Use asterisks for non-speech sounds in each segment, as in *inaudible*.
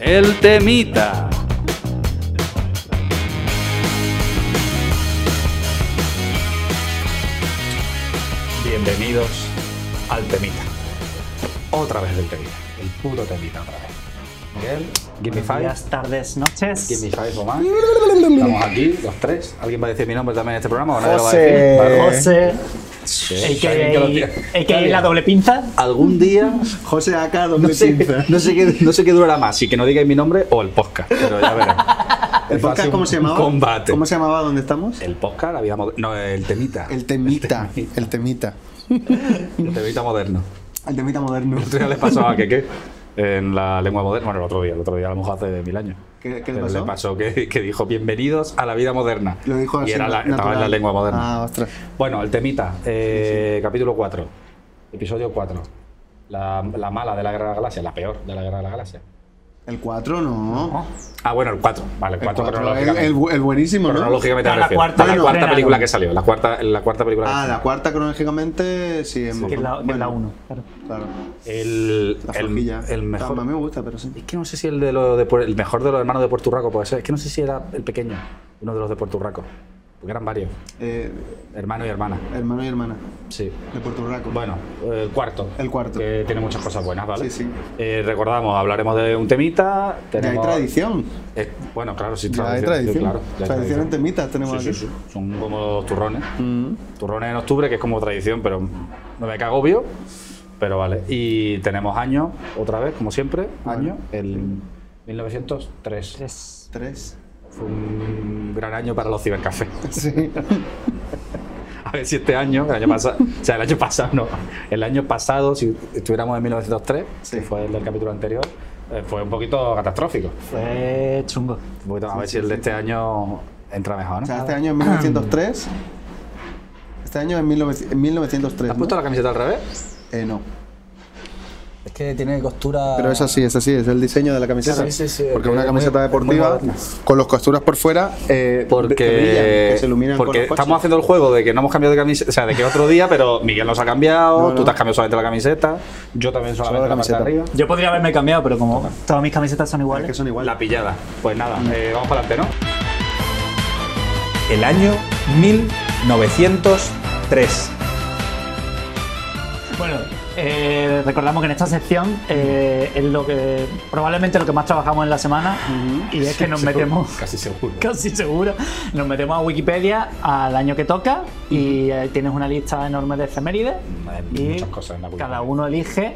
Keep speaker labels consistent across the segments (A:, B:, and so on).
A: el temita.
B: Bienvenidos al temita. Otra vez el temita. El puto temita otra vez. Miguel, give me
C: Buenos
B: five.
C: días, tardes,
B: Give me
C: noches.
B: five o más. Estamos aquí, los tres. ¿Alguien va a decir mi nombre también en este programa? ¿O nadie lo va a
D: José.
B: decir? Vale.
C: Eh, José,
B: alguien eh, que lo tira.
C: a.k.a.
B: Nadie.
C: a.k.a. la doble pinza.
B: Algún día,
D: José acá, doble
B: no sé,
D: pinza.
B: *laughs* no, sé qué, no sé qué durará más, si que no digáis mi nombre o el podcast. Pero ya veremos.
D: ¿El
B: Va a ser
D: podcast
B: un-
D: cómo se
B: un
D: llamaba?
B: Combate.
D: ¿Cómo se llamaba? ¿Dónde estamos?
B: El podcast, la vida moderna. No, el temita.
D: El temita. El temita.
B: El temita moderno.
D: El temita moderno.
B: El otro día le pasó a Keke en la lengua moderna. Bueno, el otro día, el otro día, a lo mejor hace mil años.
D: ¿Qué- qué le
B: Pero
D: pasó?
B: Le pasó que, que dijo bienvenidos a la vida moderna.
D: Lo dijo así.
B: Y era la- estaba
D: natural.
B: en la lengua moderna.
D: Ah, ostras.
B: Bueno, el temita, eh, capítulo 4, episodio 4. La, la mala de la guerra de la galaxia, la peor de la guerra de la galaxia.
D: El 4 no.
B: Ah, bueno, el 4. Vale, el
D: Oh. El
B: 4
D: cuatro, el,
B: cronológicamente.
D: el bu- el buenísimo, ¿no?
B: Cronológicamente
C: Ah,
B: me
C: la
B: refiero.
C: cuarta,
B: la
C: bueno,
B: cuarta
C: era
B: película
C: la-
B: que salió. La cuarta, la cuarta película. que
D: Ah,
B: salió.
D: la cuarta cronológicamente sí. en-
C: Que es la, que es la 1.
D: bueno,
C: claro.
D: Claro.
B: El,
D: La
B: el,
D: flojilla.
B: el
D: Ah,
B: mejor.
D: me gusta, pero sí.
B: Es que no sé si el, de lo de, Puer- el mejor de los hermanos de Puerto Rico puede ser. Es que no sé si era el pequeño, uno de los de Puerto Rico. Porque eran varios,
D: Eh,
B: hermano y hermana.
D: hermano y hermana.
B: Sí.
D: De Puerto Rico.
B: Bueno, el cuarto.
D: El cuarto.
B: Que tiene muchas cosas buenas, ¿vale?
D: Sí, sí.
B: Eh, recordamos, hablaremos de un temita.
D: Ya hay
B: Tenemos,
D: tradición.
B: Eh, bueno, claro, sí,
D: Ya hay
B: sí,
D: tradición.
B: claro, ya hay
D: tradición en temitas
B: Sí,
D: tenemos
B: sí,
D: aquí.
B: sí. Son como los turrones.
D: Mm.
B: Turrones en octubre, que es como tradición, pero no me cago obvio. Pero vale. Y tenemos año, otra vez, como siempre, año, el 1903.
C: Tres.
D: Tres.
B: Fue un gran año para los cibercafés. *laughs*
D: Sí. *laughs*
B: A ver si este año, el año pasado, o sea, el año pasado no, el año pasado, si estuviéramos en 1903,
D: Sí.
B: que fue el del capítulo anterior, eh, fue un poquito catastrófico.
C: Fue chungo.
B: Un poquito- a ver si el de este año entra mejor, ¿no?
D: O sea, este año es 1903. Este año es 19- 1903.
B: ¿Te has
D: ¿no?
B: puesto la camiseta al revés?
D: Eh, no.
B: Es que tiene costura.
D: Pero es así, es así, es el diseño de la camiseta.
B: Sí, sí, sí,
D: Porque
B: es
D: una
B: muy-
D: camiseta
B: es muy
D: deportiva
B: moderna.
D: con las costuras por fuera, eh, que
B: Porque,
D: brillan, que se iluminan con
B: porque
D: los coches.
B: estamos haciendo el juego de que no hemos cambiado de camiseta, o sea, de que otro día, pero Miguel nos ha cambiado,
D: No, no.
B: tú te has cambiado solamente la camiseta, yo también solamente la,
D: Solo la
B: parte de
D: camiseta.
B: arriba.
C: Yo podría haberme cambiado, pero como todas mis camisetas son
D: Es que
C: iguales.
D: son igual.
B: La pillada. Pues nada, eh, vamos para adelante, ¿no?
E: El año 1903.
C: Bueno, eh, recordamos que en esta sección eh, es lo que probablemente lo que más trabajamos en la semana y es que
B: *laughs*
C: nos metemos
B: Casi seguro.
C: *laughs* casi seguro. Nos metemos a Wikipedia al año que toca y eh, tienes una lista enorme de efemérides.
B: Hay
C: y
B: muchas cosas en la Wikipedia.
C: cada uno elige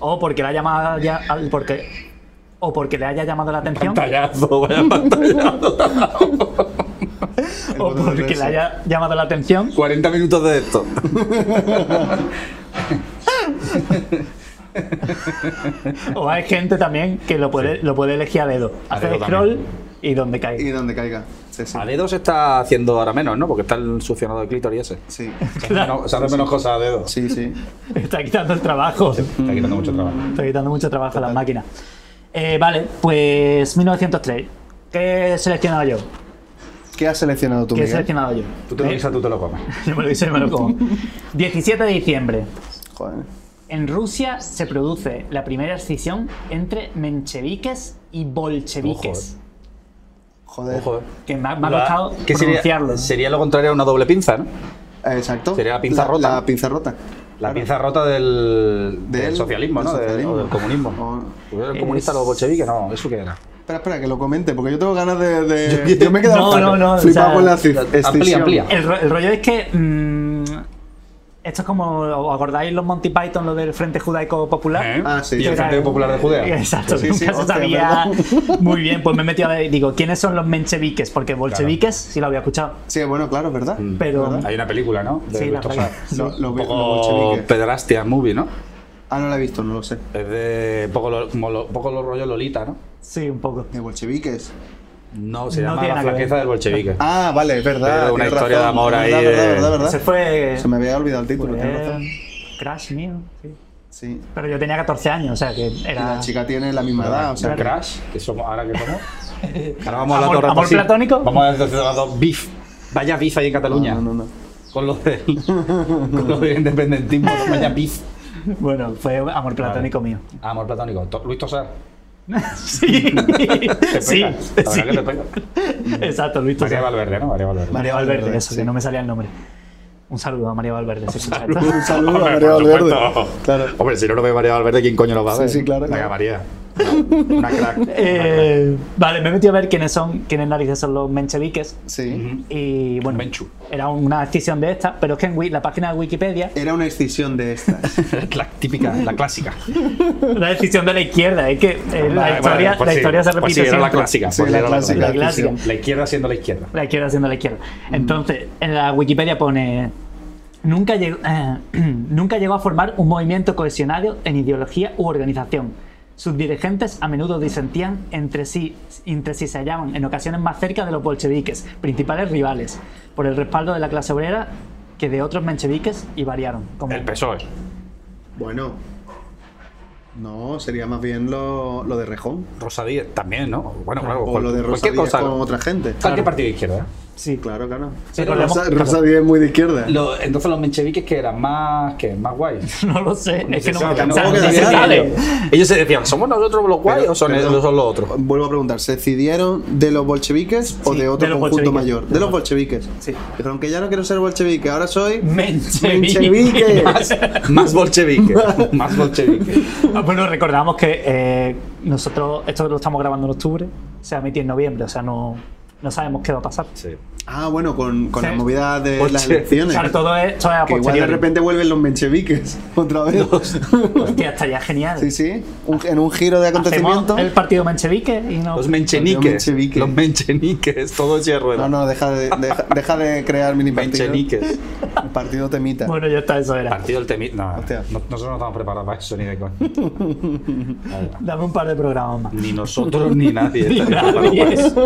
C: o porque le ha llamado ya, al- porque, o porque le haya llamado la atención
B: Pantallazo, *laughs* vaya pantallazo.
C: o
D: botón de
C: porque le
D: reset.
C: haya llamado la atención
B: 40 minutos de esto.
C: o hay gente también que lo puede lo puede elegir a dedo.
B: A
C: Hacer
B: dedo
C: scroll
B: también.
C: y donde *laughs*
D: Y
C: caiga.
D: donde caiga. Sí, sí.
B: A dedo se está haciendo ahora menos, ¿no? Porque está el succionado de clítoris ese.
D: Sí,
B: No, se hace menos cosas a dedo.
D: sí, sí.
C: Está quitando el trabajo.
B: Está quitando mucho trabajo.
C: Está quitando mucho trabajo a las máquinas. Eh, vale, pues 1903. ¿Qué he seleccionado yo?
D: ¿Qué has seleccionado tú,
C: ¿Qué he
D: Miguel?
C: seleccionado yo? Eh,
B: Tú te lo guisas, tú te lo comes.
C: *laughs* Yo me lo hice y me
B: *laughs*
C: lo como. 17 de diciembre.
D: Joder.
C: En Rusia se produce la primera escisión entre mencheviques y bolcheviques.
D: Joder.
B: Ojo, eh.
C: Que me ha, me ha costado
B: Que sería,
C: pronunciarlo.
B: sería lo contrario a una doble pinza, ¿no?
D: Eh, Exacto.
B: Sería la pinza rota.
D: La pinza rota.
B: La pinza rota del,
D: Del-
B: del socialismo, ¿no?
D: del
B: Del,
D: socialismo.
B: o del comunismo.
D: O-
B: ¿Eran comunistas los bolcheviques? No, ¿eso qué era?
D: Espera, espera, que lo comente, porque yo tengo ganas de. de- Yo me he quedado
C: No,
D: flipado-
C: no, no, o
D: flipado
C: sea,
D: con la ci-
B: amplía,
D: escisión.
B: amplía.
C: El, ro- el rollo es que. mm, esto es como. ¿Os acordáis los Monty Python, lo del Frente Judaico Popular?
D: Ah, sí.
B: Y ¿Eh? el
D: Era-
B: Frente Popular de
C: *laughs*
B: Judea.
C: Exacto,
D: Sí,
C: nunca
D: sí,
C: se
D: hostia,
C: sabía. *laughs* Muy bien, pues me he metido a ver, digo, ¿quiénes son los mencheviques? Porque bolcheviques sí lo había escuchado,
D: Sí, bueno, claro, es verdad.
B: Mm.
C: pero
D: ¿Verdad?
B: Hay una película, ¿no? De
C: Sí, la
B: Gustavo Sá.
C: verdad.
D: Lo- lo-
B: Un
D: lo
B: poco
D: bolchevique.
B: pedrastia movie, ¿no?
D: Ah, no la he visto, no lo sé.
B: Es de poco lo, como lo- poco lo rollo Lolita, ¿no?
C: sí, un poco.
D: De bolcheviques.
B: No, se
C: No
B: llama
C: tiene
B: La
C: nada que
B: flaqueza
C: ver.
B: del bolchevique.
D: Ah, vale, es verdad.
B: Pero una
D: tienes
B: historia de amor ahí
D: Verdad,
B: de-
D: verdad, verdad,
C: Ese
D: verdad.
C: fue.
D: Se me había olvidado el título.
C: fue
D: tienes razón.
C: Crash Pues, mío, sí.
D: Sí.
C: Pero yo tenía 14 años, o sea que
D: Y
C: era.
D: la chica tiene la misma edad, o sea, que-
B: Crash, que somos ahora que
C: *laughs*
B: somos. Ahora vamos a hablar
C: Amor-
B: todo el rato
C: amor
B: así.
C: platónico.
B: Vamos a hablar todo el rato beef. Vaya beef ahí en Cataluña.
D: No, no, no.
B: Con lo del, con lo del
C: *laughs*
B: independentismo. Vaya beef. *laughs*
C: Bueno, fue amor platónico mío.
D: *laughs*
B: Amor platónico. Ah, To- Luis Tosar.
C: sí, sí,
B: La verdad
C: sí.
B: que te pega.
C: Exacto, Luis. tú
B: María
C: sabes.
B: Valverde, ¿no? María Valverde.
C: María
D: María
C: Valverde,
D: Valverde,
C: eso,
D: sí.
C: que no me salía el nombre. Un saludo a María Valverde. si escucha esto. *laughs*
B: *laughs*
D: Un saludo
B: Hombre,
D: a María
B: por
D: Valverde.
B: supuesto.
D: Claro.
B: Hombre, si no lo ve María Valverde, ¿quién coño lo va a
D: Sí,
B: ver?
D: sí, claro,
B: Venga,
D: claro.
B: María. Una crack. *laughs* una crack.
C: Eh, vale, me he metido a ver quiénes son, quiénes narices son los mencheviques.
D: Sí.
C: Y bueno,
B: Menchu.
C: era una decisión de esta, pero es que en Wi- la página de Wikipedia,
D: Era una escisión de estas.
B: La típica, la clásica.
C: la decisión de la izquierda, es que eh, la
B: Vale,
C: historia,
B: bueno, pues
C: la
B: sí,
C: historia se
B: pues sí,
C: repite
B: era la
C: siempre.
B: clásica.
D: Sí,
B: pues
D: la
B: era
D: clásica.
C: La clásica.
D: decisión.
B: La izquierda siendo la izquierda.
C: La izquierda siendo la izquierda. Entonces, en la Wikipedia pone. Nunca llegó, nunca llegó a formar un movimiento cohesionado en ideología u organización. Sus dirigentes a menudo disentían entre sí, entre sí se hallaban en ocasiones más cerca de los bolcheviques, principales rivales, por el respaldo de la clase obrera que de otros mencheviques y variaron. Como
B: El PSOE.
D: bueno. No, sería más bien lo, lo de Rejón.
B: Rosa Díez también, ¿no? Bueno, claro.
D: O
B: cual-
D: lo de Rosa
B: cualquier
D: Díaz
B: cosa.
D: con otra gente.
B: Cualquier partido de izquierda. ¿eh?
D: Sí, claro, claro.
C: Recordemos-
D: Rosa, Rosa Díez es muy de izquierda.
B: Lo- entonces los mencheviques que eran más, que más guays.
C: No lo sé, es que no me
B: sabe,
C: o sea,
D: tampoco
C: no
D: que
C: se
D: sabía
C: sabe.
B: ellos. Ellos se decían, ¿somos nosotros los guays
D: Pero-
B: o son,
D: pero-
B: ellos son los otros?
D: Vuelvo a preguntar, ¿se decidieron de los bolcheviques o
C: Sí,
D: de otro
C: de los bolcheviques.
D: conjunto mayor? De los bolcheviques.
C: Sí.
D: Dijeron que ya no quiero ser bolchevique, ahora soy
C: Mm. Menchevique.
D: menchevique.
B: Más bolchevique. más bolchevique.
C: Ah, Bueno, recordamos que eh, nosotros esto lo estamos grabando en octubre, se va a emitir en noviembre, o sea, no, no sabemos qué va a pasar.
B: Sí.
D: Ah, bueno, con, con
C: Sí.
D: las movidas de las
B: Bolche-
D: elecciones.
C: Claro, todo es, todo es a
D: que igual de
C: posteriori.
D: repente vuelven los mencheviques *laughs* otra vez.
C: Hostia, estaría genial.
D: *laughs* sí, sí. Un- en un giro de
C: Hacemos
D: acontecimiento. Pues
C: el partido menchevique y no.
B: Los mencheniques.
D: menchevique.
B: Los mencheniques. Todo es rueda.
D: No, no, deja de, deja, deja de crear mini partidos.
B: Mencheniques.
D: Partido temita.
C: Bueno, ya está, eso era.
B: Partido del temit. No, no,
D: Hostia.
B: nosotros no estamos preparados para eso ni de coña.
C: Dame un par de programas más.
B: Ni nosotros ni
D: *laughs*
B: nadie. está preparado para eso.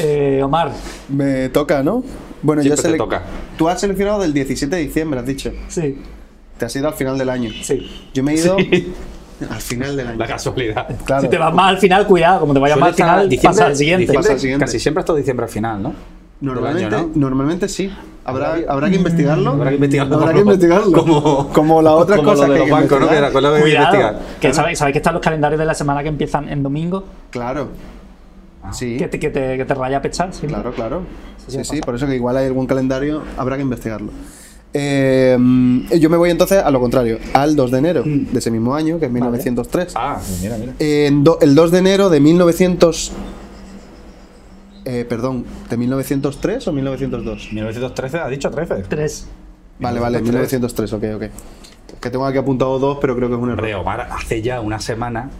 C: Eh, Omar,
D: Me toca, ¿no? Bueno,
B: Siempre
D: yo
B: te
D: sele-
B: toca.
D: Tú has seleccionado del 17 de diciembre, has dicho.
C: sí,
D: Te has ido al final del año.
C: sí.
D: Yo me he ido
B: Sí.
D: al final del año.
B: La casualidad.
D: Claro.
C: Si te vas más al final, cuidado, como te vayas más al final, pasa al siguiente.
D: Pasa al siguiente.
B: Casi siempre hasta diciembre al final, ¿no?
D: Normalmente,
B: Del año, ¿no?
D: normalmente sí. Habrá, habrá que investigarlo.
B: Habrá que investigarlo.
D: Habrá que
B: como-
D: investigarlo.
B: Como,
D: Como la otra
B: como
D: cosa
B: lo de
D: que
B: los
D: hay que
B: bancos, ¿no? Que era
D: investigar.
B: con lo que hay que
C: Cuidado,
B: investigar.
C: que sabéis, sabéis que están los calendarios de la semana que empiezan en domingo,
D: Claro.
B: Ah,
D: Sí,
C: que te, que te, que te raya a pechar. ¿sí?
D: claro, claro.
C: sí me
D: Sí, sí,
C: pasa.
D: por eso que igual hay algún calendario, habrá que investigarlo. Eh, mm, yo me voy entonces a lo contrario, al 2 de enero de ese mismo año, que es 1903.
B: Mm. Ah, mira, mira.
D: En do- el 2 de enero de 1900... eh, perdón, ¿de 1903 o 1902?
B: 1913, ¿has dicho 13?
C: Tres.
D: Vale, vale, 1903, ok, ok. Que tengo aquí apuntado dos, pero creo que es un error.
B: Hombre, Omar, hace ya una semana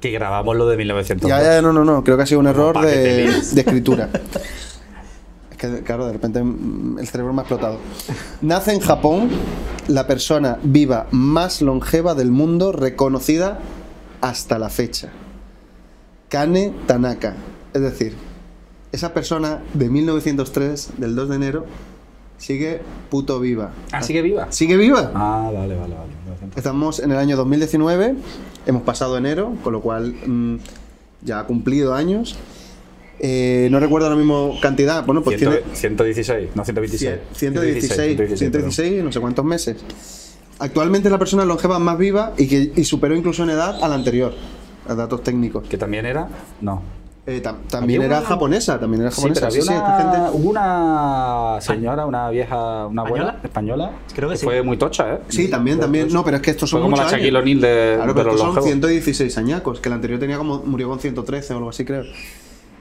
B: que grabamos lo de 1900.
D: Ya, ya, no, no, no, creo que ha sido un error
B: pa' que te
D: de,
B: líes.
D: de escritura. *laughs* Es que, claro, de repente mm, el cerebro me ha explotado. Nace en Japón la persona viva más longeva del mundo reconocida hasta la fecha. Kane Tanaka. Es decir, esa persona de 1903, del 2 de enero, sigue puto viva.
B: Ah, sigue viva.
D: ¿Sigue viva?
B: Ah, vale, vale, vale. 1900.
D: Estamos en el año 2019, hemos pasado enero, con lo cual mm, ya ha cumplido años. Eh, no recuerdo ahora mismo cantidad, bueno, pues
B: Ciento-
D: tiene
B: 116, no 126.
D: 100, 116,
B: 116.
D: 116 y no sé cuántos meses. Actualmente es la persona longeva más viva y que y superó incluso en edad a la anterior, a datos técnicos.
B: Que también era. No.
D: Eh, tam- también
B: Había
D: era
B: una-
D: japonesa, también era
B: Sí, pero
D: japonesa.
B: había
D: Sí, sí,
B: una,
D: esta gente-
B: hubo una señora, una vieja, una abuela española.
C: Creo que sí.
B: Fue muy tocha, ¿eh?
D: sí, también, también. No, pero es que estos
B: Fue
D: son
B: como la
D: muchos años.
B: Shaquille O'Neal de, de
D: Claro, pero
B: los
D: estos son
B: longevos.
D: 116 añacos, que el anterior tenía como murió con 113 o algo así, creo.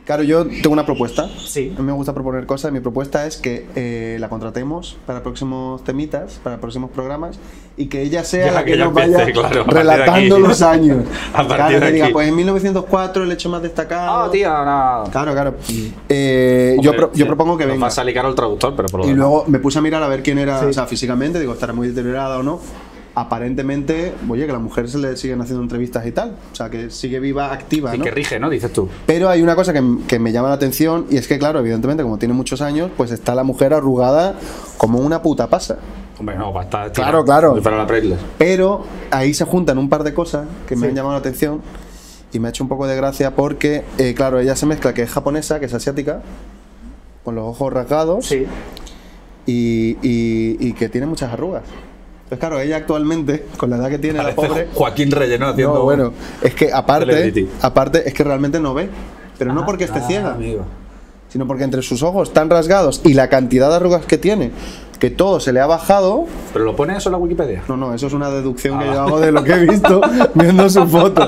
D: Claro, yo tengo una propuesta.
C: Sí.
D: A mí me gusta proponer cosas. Mi propuesta es que eh, la contratemos para próximos temitas, para próximos programas, y que ella sea
B: Ya,
D: la que,
B: que ya
D: nos
B: empiece,
D: vaya
B: claro, a partir de
D: relatando
B: aquí.
D: los años.
B: *laughs* A partir de
D: claro, que diga,
B: aquí.
D: pues en 1904 el hecho más destacado.
B: Ah, tía, no.
D: Claro, claro. Eh, yo,
B: Mm. Hombre,
D: pro-
B: sí,
D: yo propongo que
B: nos
D: venga.
B: Va a salir caro el traductor, pero por lo
D: Y
B: demás.
D: luego me puse a mirar a ver quién era, o sea, físicamente, digo, estará muy deteriorada o no. Aparentemente, oye, que a la mujer se le siguen haciendo entrevistas y tal. O sea, que sigue viva, activa,
B: Y
D: ¿no?
B: que rige, ¿no? Dices tú.
D: Pero hay una cosa que, m- que me llama la atención y es que, claro, evidentemente, como tiene muchos años, pues está la mujer arrugada como una puta pasa.
B: Hombre, no, va a estar.
D: Claro, claro.
B: Para la Preisler.
D: Pero ahí se juntan un par de cosas que me han llamado la atención y me ha hecho un poco de gracia porque, eh, claro, ella se mezcla que es japonesa, que es asiática, con los ojos rasgados
C: Sí.
D: y, y- y que tiene muchas arrugas. Entonces, claro, ella actualmente, con la edad que tiene la
E: Parece *laughs*
D: pobre.
E: Jo- Joaquín Relleno haciendo.
D: No, bueno, es que aparte,
B: Celebrity.
D: aparte, es que realmente no ve. Pero no porque esté
B: Ah,
D: ciega,
B: amigo.
D: sino porque entre sus ojos tan rasgados y la cantidad de arrugas que tiene, que todo se le ha bajado.
B: ¿Pero lo pone eso en la Wikipedia?
D: No, no, eso es una deducción
E: Ah.
D: que yo hago de lo que he
E: *laughs*
D: visto viendo su foto.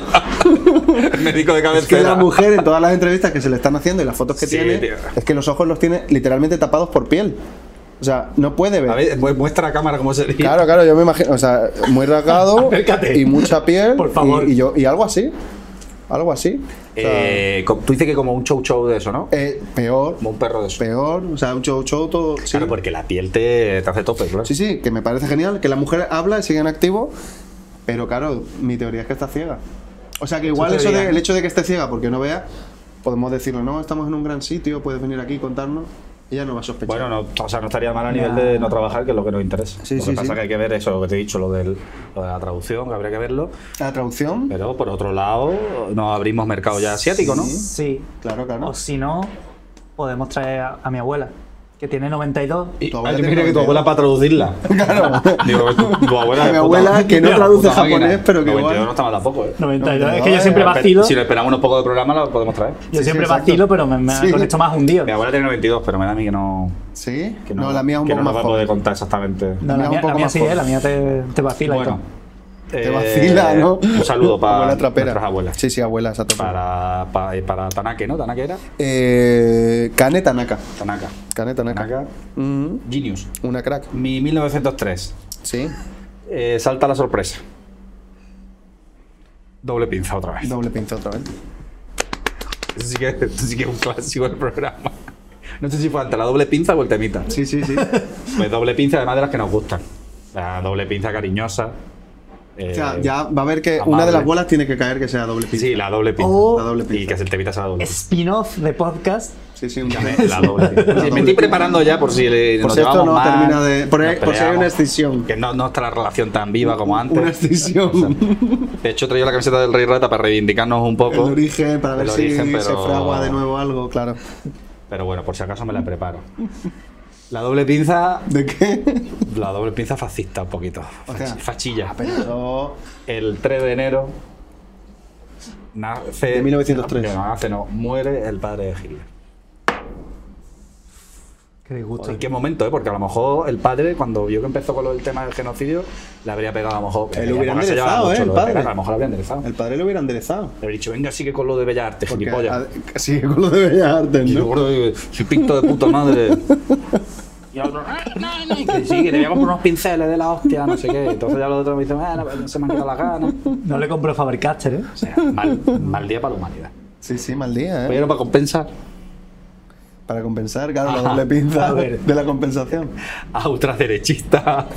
E: El médico de
D: Es que
E: cabecera.
D: la mujer en todas las entrevistas que se le están haciendo y las fotos que
E: Sí,
D: tiene,
E: tío.
D: es que los ojos los tiene literalmente tapados por piel. O sea, no puede ver.
E: A ver, mu- muestra a cámara cómo sería.
D: Claro, claro, yo me imagino, o sea,
B: *laughs*
D: muy rasgado
C: Acércate.
D: y mucha piel
C: Por favor.
D: Y, y yo, y algo así, algo así. O sea,
B: Eh, co- tú dices que como un show show de eso, ¿no?
D: eh, peor,
B: Como un perro de eso.
D: peor, o sea, un show show todo. Sí.
B: Claro, porque la piel te, te hace tope, claro.
D: sí, sí, que me parece genial, que la mujer habla y sigue en activo, pero claro, mi teoría es que está ciega. O sea, que igual eso de-
B: teoría.
D: el hecho de que esté ciega porque no vea, podemos decirle, no, estamos en un gran sitio, puedes venir aquí y contarnos, ella no va a sospechar.
B: Bueno, no, o sea, no estaría mal a nivel de no trabajar, que es lo que nos interesa.
D: Sí,
B: lo que
D: sí,
B: pasa
D: sí.
B: es que hay que ver eso, lo que te he dicho, lo, del, lo de la traducción, que habría que verlo.
D: La traducción,
B: Pero por otro lado, nos abrimos mercado ya asiático, ¿no?
D: Sí.
C: Sí.
D: claro, claro.
B: Oh,
C: O si no, podemos traer a, a mi abuela, que tiene 92.
B: Y,
D: Tu
B: ah,
D: abuela
B: yo
D: tiene
B: mira que tu
D: 92.
B: abuela para
D: *laughs*
B: traducirla. Claro. *laughs* Digo, tu, tu abuela.
D: Mi
B: es puta-
D: abuela, que no
B: puta
D: traduce
B: máquina.
D: japonés, pero que
B: 92
D: igual-
B: no está mal tampoco, ¿eh?
C: 92. Es
D: 92,
C: que yo siempre
D: eh,
C: vacilo.
B: Si lo esperamos un poco de programa, lo podemos traer.
C: Yo
D: Sí,
C: siempre
D: sí, exacto.
C: vacilo, pero me, me
D: Sí.
C: conecto más un día.
B: Mi abuela tiene 92, pero me da a mí que no.
D: ¿Sí?
B: que
D: no, la mía es un
B: que
D: poco
B: no nos
D: más
B: va a poder
D: joven.
B: contar exactamente.
C: No,
D: Mira,
C: la
D: un
C: mía,
D: poco
C: la mía
D: más
C: sí,
D: joven.
C: eh, la mía te, te vacila y todo.
B: Bueno.
D: Te
B: eh,
D: vacila, ¿no?
B: Un saludo
D: *laughs*
B: para
D: Abuela trapera.
B: nuestras abuelas.
D: Sí, sí, abuelas a tope.
B: Para, para, para Tanake, ¿no? Tanake era.
D: Eh, Kane Tanaka.
B: Tanaka.
D: Kane Tanaka.
B: Tanaka.
D: Mhm.
B: Genius.
D: Una crack.
B: Mi 1903.
D: Sí.
B: Eh, salta la sorpresa. Doble pinza otra vez.
D: Doble pinza otra vez.
B: Esto sí que, *laughs* esto sí que es un clásico del programa. No sé si fue antes la doble pinza o el temita.
D: Sí, sí, sí.
B: Pues doble pinza, además de las que nos gustan. La doble pinza cariñosa. eh,
D: o sea, ya va a ver que
B: amable.
D: una de las bolas tiene que caer que sea doble pinza.
B: Sí, la doble pinza.
C: O-
D: La doble
B: Y
D: pinza.
B: que se el temita sea la doble pinza.
C: Spin-off de podcast.
B: *laughs*
D: Sí, sí, un
B: La
D: *laughs*
B: doble pinza. Sí, me estoy preparando ya por si le,
D: Por
B: nos
D: si esto
B: llevamos
D: no
B: mal,
D: termina de- por
B: nos
D: ahí- por si hay
B: peleamos,
D: una escisión.
B: Que no, no está la relación tan viva como antes. *laughs*
D: Una escisión.
B: De hecho, traigo la camiseta del Rey Rata para reivindicarnos un
D: El
B: poco.
D: origen, para ver
B: El
D: si
B: origen, pero-
D: se fragua de nuevo algo, claro.
B: Pero bueno, por si acaso me la preparo. La doble pinza.
D: ¿De qué?
B: La doble pinza fascista un poquito.
D: O sea,
B: Fachi- Fachilla.
D: Pero-
B: El 3 de enero. Nace.
D: De 1903.
B: No, nace, no. Muere el padre de Hitler.
C: Qué disgusto.
B: ¿En qué momento? Eh? Porque a lo mejor el padre, cuando vio que empezó con lo del tema del genocidio, le habría pegado a lo mejor.
D: Él
B: le
D: lo hubiera enderezado, ¿eh? El padre.
B: a lo mejor lo habría enderezado.
D: El padre lo hubiera enderezado.
B: Le habría dicho, venga, sigue con lo de Bellas Artes,
D: Porque
B: gilipollas.
D: a- sigue con lo de Bellas Artes,
B: Y yo,
D: ¿no?
B: gordo, digo, soy pinto de puta madre. Y al otro, "Ah, no, no", y que sí, que le voy a comprar unos pinceles de la hostia, no sé qué. Entonces ya los otros me dicen, bueno, pues, se me han quitado las ganas. O
C: No le compro Faber Castell, ¿eh?
B: sea, mal, mal día para la humanidad. Pues
D: Sí, sí, mal día, ¿eh?
B: Pero para compensar,
D: Para compensar, claro, la
B: Ajá,
D: doble
B: *laughs*
D: pinza
C: a ver.
D: de la compensación.
B: a ultraderechista,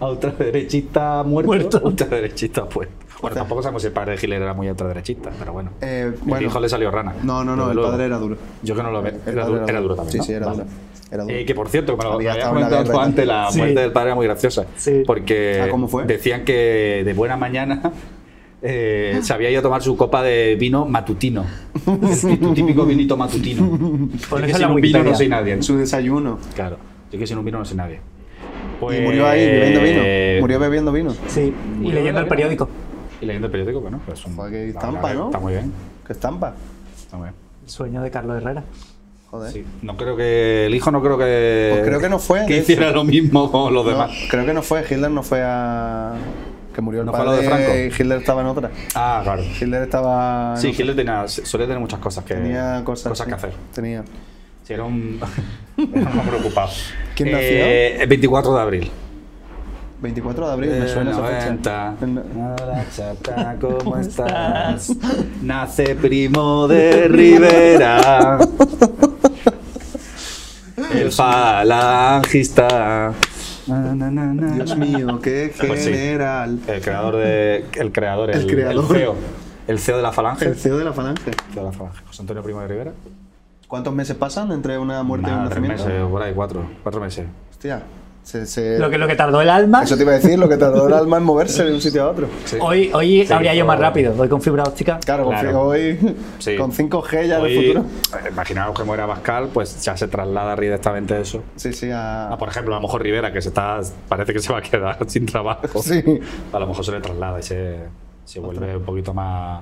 B: a ultraderechista muerto,
C: Muerto.
B: ultraderechista puesto. Bueno, tampoco sabemos si el padre de Hitler era muy ultraderechista, pero bueno.
D: Eh,
B: el
D: bueno.
B: hijo le salió rana.
D: No, no, no,
B: Desde
D: el
B: luego.
D: padre era duro.
B: Yo que no lo veo.
D: El
B: Era,
D: padre
B: duro- era duro también.
D: Sí,
B: ¿no?
D: sí, era
B: Vale.
D: duro. Era duro.
B: Eh, que por cierto, como
D: Había
B: había
D: estado en la
B: comentado
D: guerra y
B: antes, la
C: Sí.
B: muerte del padre era muy graciosa.
C: Sí.
B: Porque
D: Ah, ¿cómo fue?
B: decían que de buena mañana eh, se había ido a tomar su copa de vino
D: *laughs*
B: matutino. tu típico vinito matutino.
C: Por
B: Yo
C: eso
B: que
C: en
B: sin
C: la
B: un vino no
C: Wikipedia.
B: soy nadie.
D: Su desayuno.
B: Claro, yo que sin un vino no soy nadie. Pues
D: Y murió ahí bebiendo vino. Murió bebiendo vino.
C: Sí, y
B: Murió
C: leyendo el
B: de-
C: periódico.
B: Y leyendo el periódico, bueno, pues un-
D: Joder, qué
B: la verdad
D: estampa,
B: que
D: ¿no?
B: Está muy bien.
D: Qué estampa.
B: Está muy bien.
C: El sueño de Carlos Herrera.
D: Joder.
B: Sí, No creo que. El hijo no creo que.
D: Pues creo que no fue,
B: Que
D: de hecho.
B: hiciera lo mismo con los
D: No,
B: demás.
D: creo que no fue. Hitler no fue a. Que murió el
B: ¿No fue a lo
D: padre.
B: de Franco?
D: Hitler estaba en otra.
B: Ah, claro.
D: Hitler estaba.
B: Sí,
D: Ah, no sé,
B: Hitler tenía, solía tener muchas cosas que,
D: tenía cosas, sí,
B: que hacer.
D: Tenía.
B: Sí, era
D: *laughs*
B: un, era un hombre ocupado.
D: ¿Quién
B: eh, El 24 de abril.
D: 24 de abril, me suena
B: Eh,
D: esa fecha.
B: 90.
D: En-
B: Hola,
D: *laughs*
B: chata, ¿cómo estás? Nace primo de
D: *laughs*
B: Rivera. El falangista. Na, na, na, na,
D: Dios
B: na.
D: mío, qué
B: *laughs* Pues sí.
D: general.
B: El creador de. El creador, el,
D: El creador.
B: el CEO. El CEO de la Falange.
D: El E CEO de la Falange.
B: de la Falange. José Antonio Primo de Rivera.
D: ¿Cuántos meses pasan entre una muerte
B: Nada,
D: y un
B: tres
D: nacimiento?
B: meses, por ahí, cuatro. Cuatro meses.
D: Hostia. Se- se-
C: Lo que, lo que tardó el alma,
D: Eh, Eso te iba a decir, lo que tardó el alma en moverse de un sitio a otro.
E: Sí.
C: hoy, hoy
B: Sí,
C: habría yo más
B: pero-
C: rápido. Voy con fibra óptica.
D: Claro, con
B: Claro.
D: fi- hoy
B: Sí.
D: con 5G ya
B: Hoy,
D: del futuro.
B: eh, Imaginaos que muera Pascal, pues ya se traslada directamente eso.
D: Sí, sí, a-
B: Ah, por ejemplo, a lo mejor Rivera, que se está, parece que se va a quedar *laughs* sin trabajo.
D: *laughs* Sí.
B: A lo mejor se le traslada y se, se vuelve un poquito más,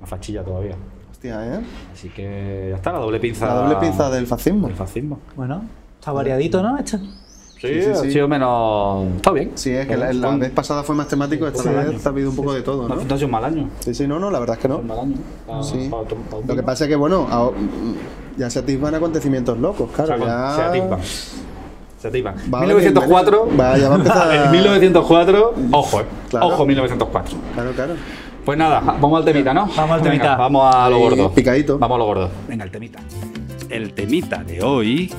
B: más fachilla todavía.
D: Hostia, ¿eh?
B: Así que ya está, la doble pinza.
D: La doble pinza del fascismo.
B: del fascismo.
C: Bueno, está variadito, ¿no? Este. Esto.
B: Sí,
D: sí,
B: ha
D: sí.
B: sido menos. Está bien.
D: Sí, es que la, la vez pasada fue más temático, esta vez ha habido un poco de todo,
B: No,
D: ¿no?
B: no ha sido un mal año.
D: Sí, sí, no, no, la verdad es que no.
B: Un mal año. Pa-
D: Sí.
B: pa- pa- pa-
D: Lo que pasa es que, bueno, ahora- ya se atisban acontecimientos locos,
B: O sea,
D: claro.
B: con-
D: ya...
B: Se atisba. Se atisba.
D: Vale,
B: 1904.
D: vale, ya va a
B: *laughs*
D: empezar.
B: En 1904. Ojo, eh.
D: Claro.
B: Ojo, 1904.
D: Claro, claro.
B: Pues nada, vamos al temita, ¿no?
C: Vamos al temita.
B: Venga, vamos a lo
D: Ahí,
B: gordo.
D: picadito.
B: Vamos a lo gordo. Venga, el temita.
A: El temita de hoy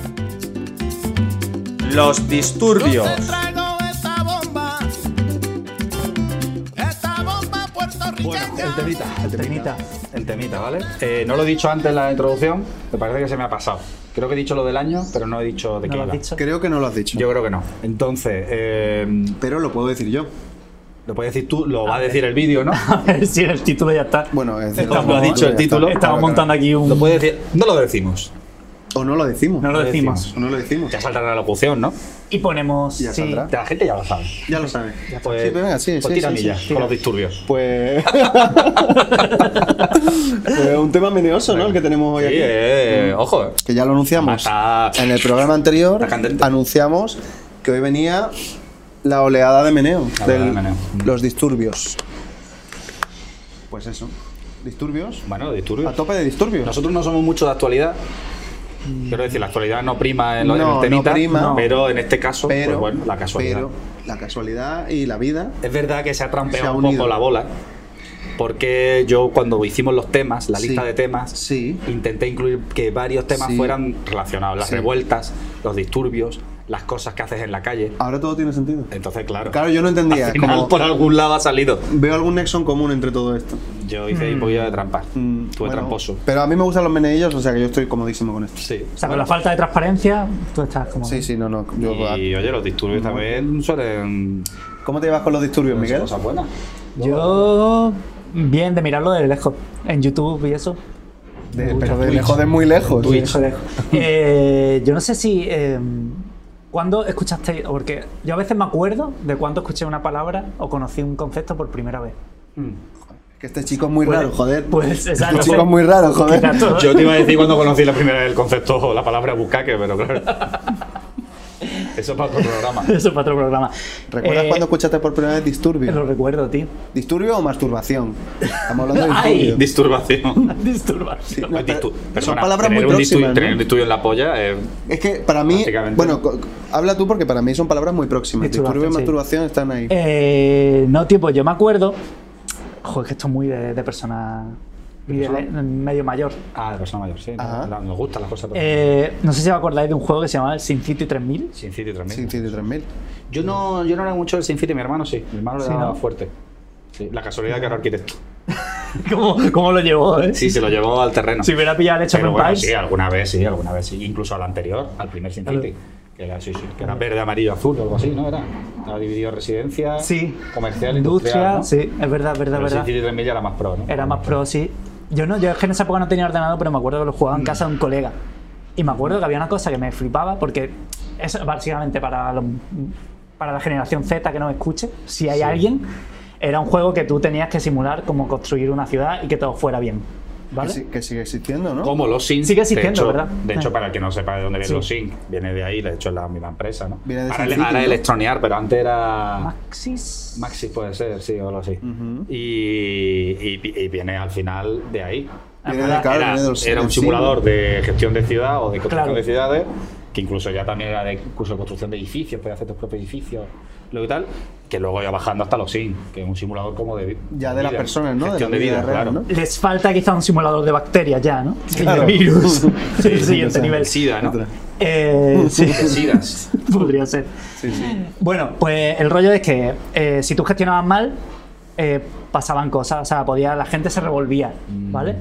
E: Los disturbios.
F: Yo te traigo esta bomba. Esta bomba puertorriqueña.
B: temita.
C: Tecnita.
B: El temita, ¿vale? Eh, no lo he dicho antes en la introducción, me parece que se me ha pasado. Creo que he dicho lo del año, pero no he dicho de
C: ¿No
B: qué
C: lo has
B: iba.
C: dicho?
D: Creo que no lo has dicho.
B: Yo creo que no. Entonces, eh,
D: Pero lo puedo decir yo.
B: lo puedes decir tú, lo va a decir el vídeo,
C: *laughs*
B: ¿no?
C: A ver si el título ya está.
D: Bueno, es decir,
C: Estamos-
B: Lo ha
D: ya
B: dicho el
D: está.
B: título.
C: Estamos montando aquí un.
B: Lo puedes decir. No lo decimos.
D: O no lo decimos.
C: No lo decimos.
D: O no lo decimos.
B: Ya saldrá la locución, ¿no?
C: Y ponemos.
D: Ya
C: sí,
D: saldrá.
B: La gente ya lo sabe.
D: Ya lo sabes.
B: Pues,
D: Sí, pero venga, sí,
B: pues
D: sí,
B: tira
D: sí,
B: millas
D: sí,
B: con los disturbios. *laughs*
D: Pues. Pues un tema meneoso, ¿no? El que tenemos hoy
B: Sí,
D: aquí. Mm.
B: eh, ojo. eh.
D: Que ya lo anunciamos.
B: Está-
D: En el programa anterior
B: Está candente.
D: anunciamos que hoy venía la oleada de meneo,
B: La
D: del-
B: oleada de meneo. Mm.
D: los disturbios. Pues eso, disturbios,
B: Bueno,
D: a
B: disturbios.
D: tope de disturbios.
B: Nosotros no somos mucho de actualidad. Quiero decir, la actualidad no prima en, lo- en
D: No, no
B: el temita,
D: prima.
B: pero en este caso, pues
D: pero,
B: bueno, la casualidad.
D: pero la casualidad y la vida.
B: Es verdad que se ha trampeado
D: Se ha
B: un poco
D: unido.
B: la bola. Porque yo cuando hicimos los temas, la
D: Sí,
B: lista de temas,
D: sí.
B: intenté incluir que varios temas
D: Sí.
B: fueran relacionados. Las
D: Sí.
B: revueltas, los disturbios, las cosas que haces en la calle.
D: Ahora todo tiene sentido.
B: Entonces, claro.
D: Claro, yo no
B: al
D: entendía. es
B: final,
D: como-
B: por algún lado ha salido.
D: veo algún nexo en común entre todo esto.
B: Yo hice ahí un poquillo de trampa.
D: Mm,
B: Tuve
D: bueno,
B: tramposo.
D: Pero a mí me gustan los meneillos, o sea que yo estoy comodísimo con esto.
B: Sí.
C: O sea, con la falta de transparencia, tú estás como.
D: Sí, sí, no, no. yo-
B: Y oye, los disturbios también suelen.
D: ¿Cómo te llevas con los disturbios,
B: son
D: Miguel?
B: Cosas buenas.
C: Yo. Bien, de mirarlo de lejos. En YouTube y eso.
D: De-
C: Me gusta
D: pero de
C: Twitch.
D: lejos de muy lejos.
C: Twitch.
D: *laughs*
C: Eh, yo no sé si. Eh, ¿Cuándo escuchaste? Porque yo a veces me acuerdo de cuándo escuché una palabra o conocí un concepto por primera vez.
D: Que este chico es muy raro, joder.
C: Pues, exacto.
D: este chico es muy raro, joder.
B: *laughs*
C: Exacto.
B: Yo te iba a decir cuando conocí la primera vez el concepto *laughs* o la palabra bucaque, pero claro. *laughs* Eso es para otro programa.
C: *laughs* Eso es para otro programa.
D: ¿Recuerdas
C: Eh,
D: cuando escuchaste por primera vez
C: Lo
D: disturbio?
C: recuerdo, tío. *laughs*
D: ¿Disturbio o masturbación? Estamos hablando de
C: Ay,
D: disturbio.
B: Disturbación.
C: Disturbación.
D: No,
B: Pues
D: pero-
B: distu-
D: son
B: perdona,
D: palabras
B: tener
D: muy
B: un distu-
D: próximas, ¿no?
B: Tener un disturbio en la polla. eh,
D: Es que para mí,
B: Básicamente.
D: bueno, co- habla tú porque para mí son palabras muy próximas. Disturbio y
C: Masturbación, sí.
D: masturbación están ahí.
C: Eh, no, tipo, yo me acuerdo. Joder, que esto es muy de, de persona. muy de- de medio mayor.
B: Ah, de persona mayor, sí. no,
D: Ajá.
B: la- Nos gustan las cosas. pero-
C: Eh, no sé si os acordáis de un juego que se llamaba el Sin City 3000.
B: Sin City también.
D: Sí, sí, de 3000.
B: Yo no, yo no era mucho del Sin City, mi hermano sí. Mi hermano le
C: Sí,
B: daba
C: ¿no?
B: fuerte. Sí, La casualidad que era arquitecto.
C: *laughs* ¿Cómo, cómo lo llevó, eh?
B: Sí, se lo llevó al terreno.
C: Si hubiera pillado el hecho
B: Pero
C: en
B: bueno,
C: Empires.
B: sí, alguna vez sí, alguna vez sí. Incluso al anterior, al primer Sin City. Que era, sí, sí, que era verde, amarillo, azul o algo así, ¿no? Era, estaba dividido en residencia,
C: Sí.
B: comercial,
C: Industria,
B: industrial. ¿no?
C: sí, es verdad, es verdad,
B: Pero
C: es
B: el Sin
C: verdad.
B: City 3000 era más pro, ¿no?
C: Era más pro, sí. Yo no, yo es que en esa época no tenía ordenador, pero me acuerdo que lo jugaba
D: Mm.
C: en casa de un colega. Y me acuerdo que había una cosa que me flipaba, porque eso básicamente para, los- para la generación Z que no me escuche, si hay alguien, era un juego que tú tenías que simular como construir una ciudad y que todo fuera bien. ¿Vale?
D: Que, si- que sigue existiendo, ¿no?
B: Como los Sims.
C: Sigue existiendo,
B: de hecho,
C: ¿verdad?
B: De hecho,
C: Ah.
B: para el que no sepa de dónde vienen
C: Sí.
B: los Sims, viene de ahí, de hecho es la misma empresa, ¿no?
D: Viene de
B: ahora
D: Sin
B: le-
D: City,
B: ahora
D: ¿no?
B: electronear, pero antes era.
C: Maxis.
B: Maxi puede ser, sí, o algo así. y, y- y viene al final de ahí.
D: Viene
C: Era-
D: de- claro,
B: Ah, pues era,
D: viene de los-
B: era un
D: del siglo.
B: simulador de gestión de ciudad o de construcción
C: Claro.
B: de ciudades, que incluso ya también era de curso de construcción de edificios, puedes hacer tus propios edificios, lo que tal, que luego ya bajando hasta los SIN, que es un simulador como de. vi-
D: Ya de las
B: vida,
D: personas, ¿no? De
B: Gestión
D: la
B: de vida,
D: vida real,
B: claro.
D: ¿no?
C: Les falta quizá un simulador de bacterias ya, ¿no? *laughs* Y de
D: Claro. *laughs*
C: virus.
D: Sí,
C: el siguiente
D: sí, sí.
C: este nivel.
B: El SIDA, ¿no?
D: *laughs*
C: Eh, sí.
B: El SIDAS.
C: *laughs* Podría ser. Bueno, pues el rollo es que eh, si tú gestionabas mal, eh, pasaban cosas, o sea, podía, la gente se revolvía, ¿vale?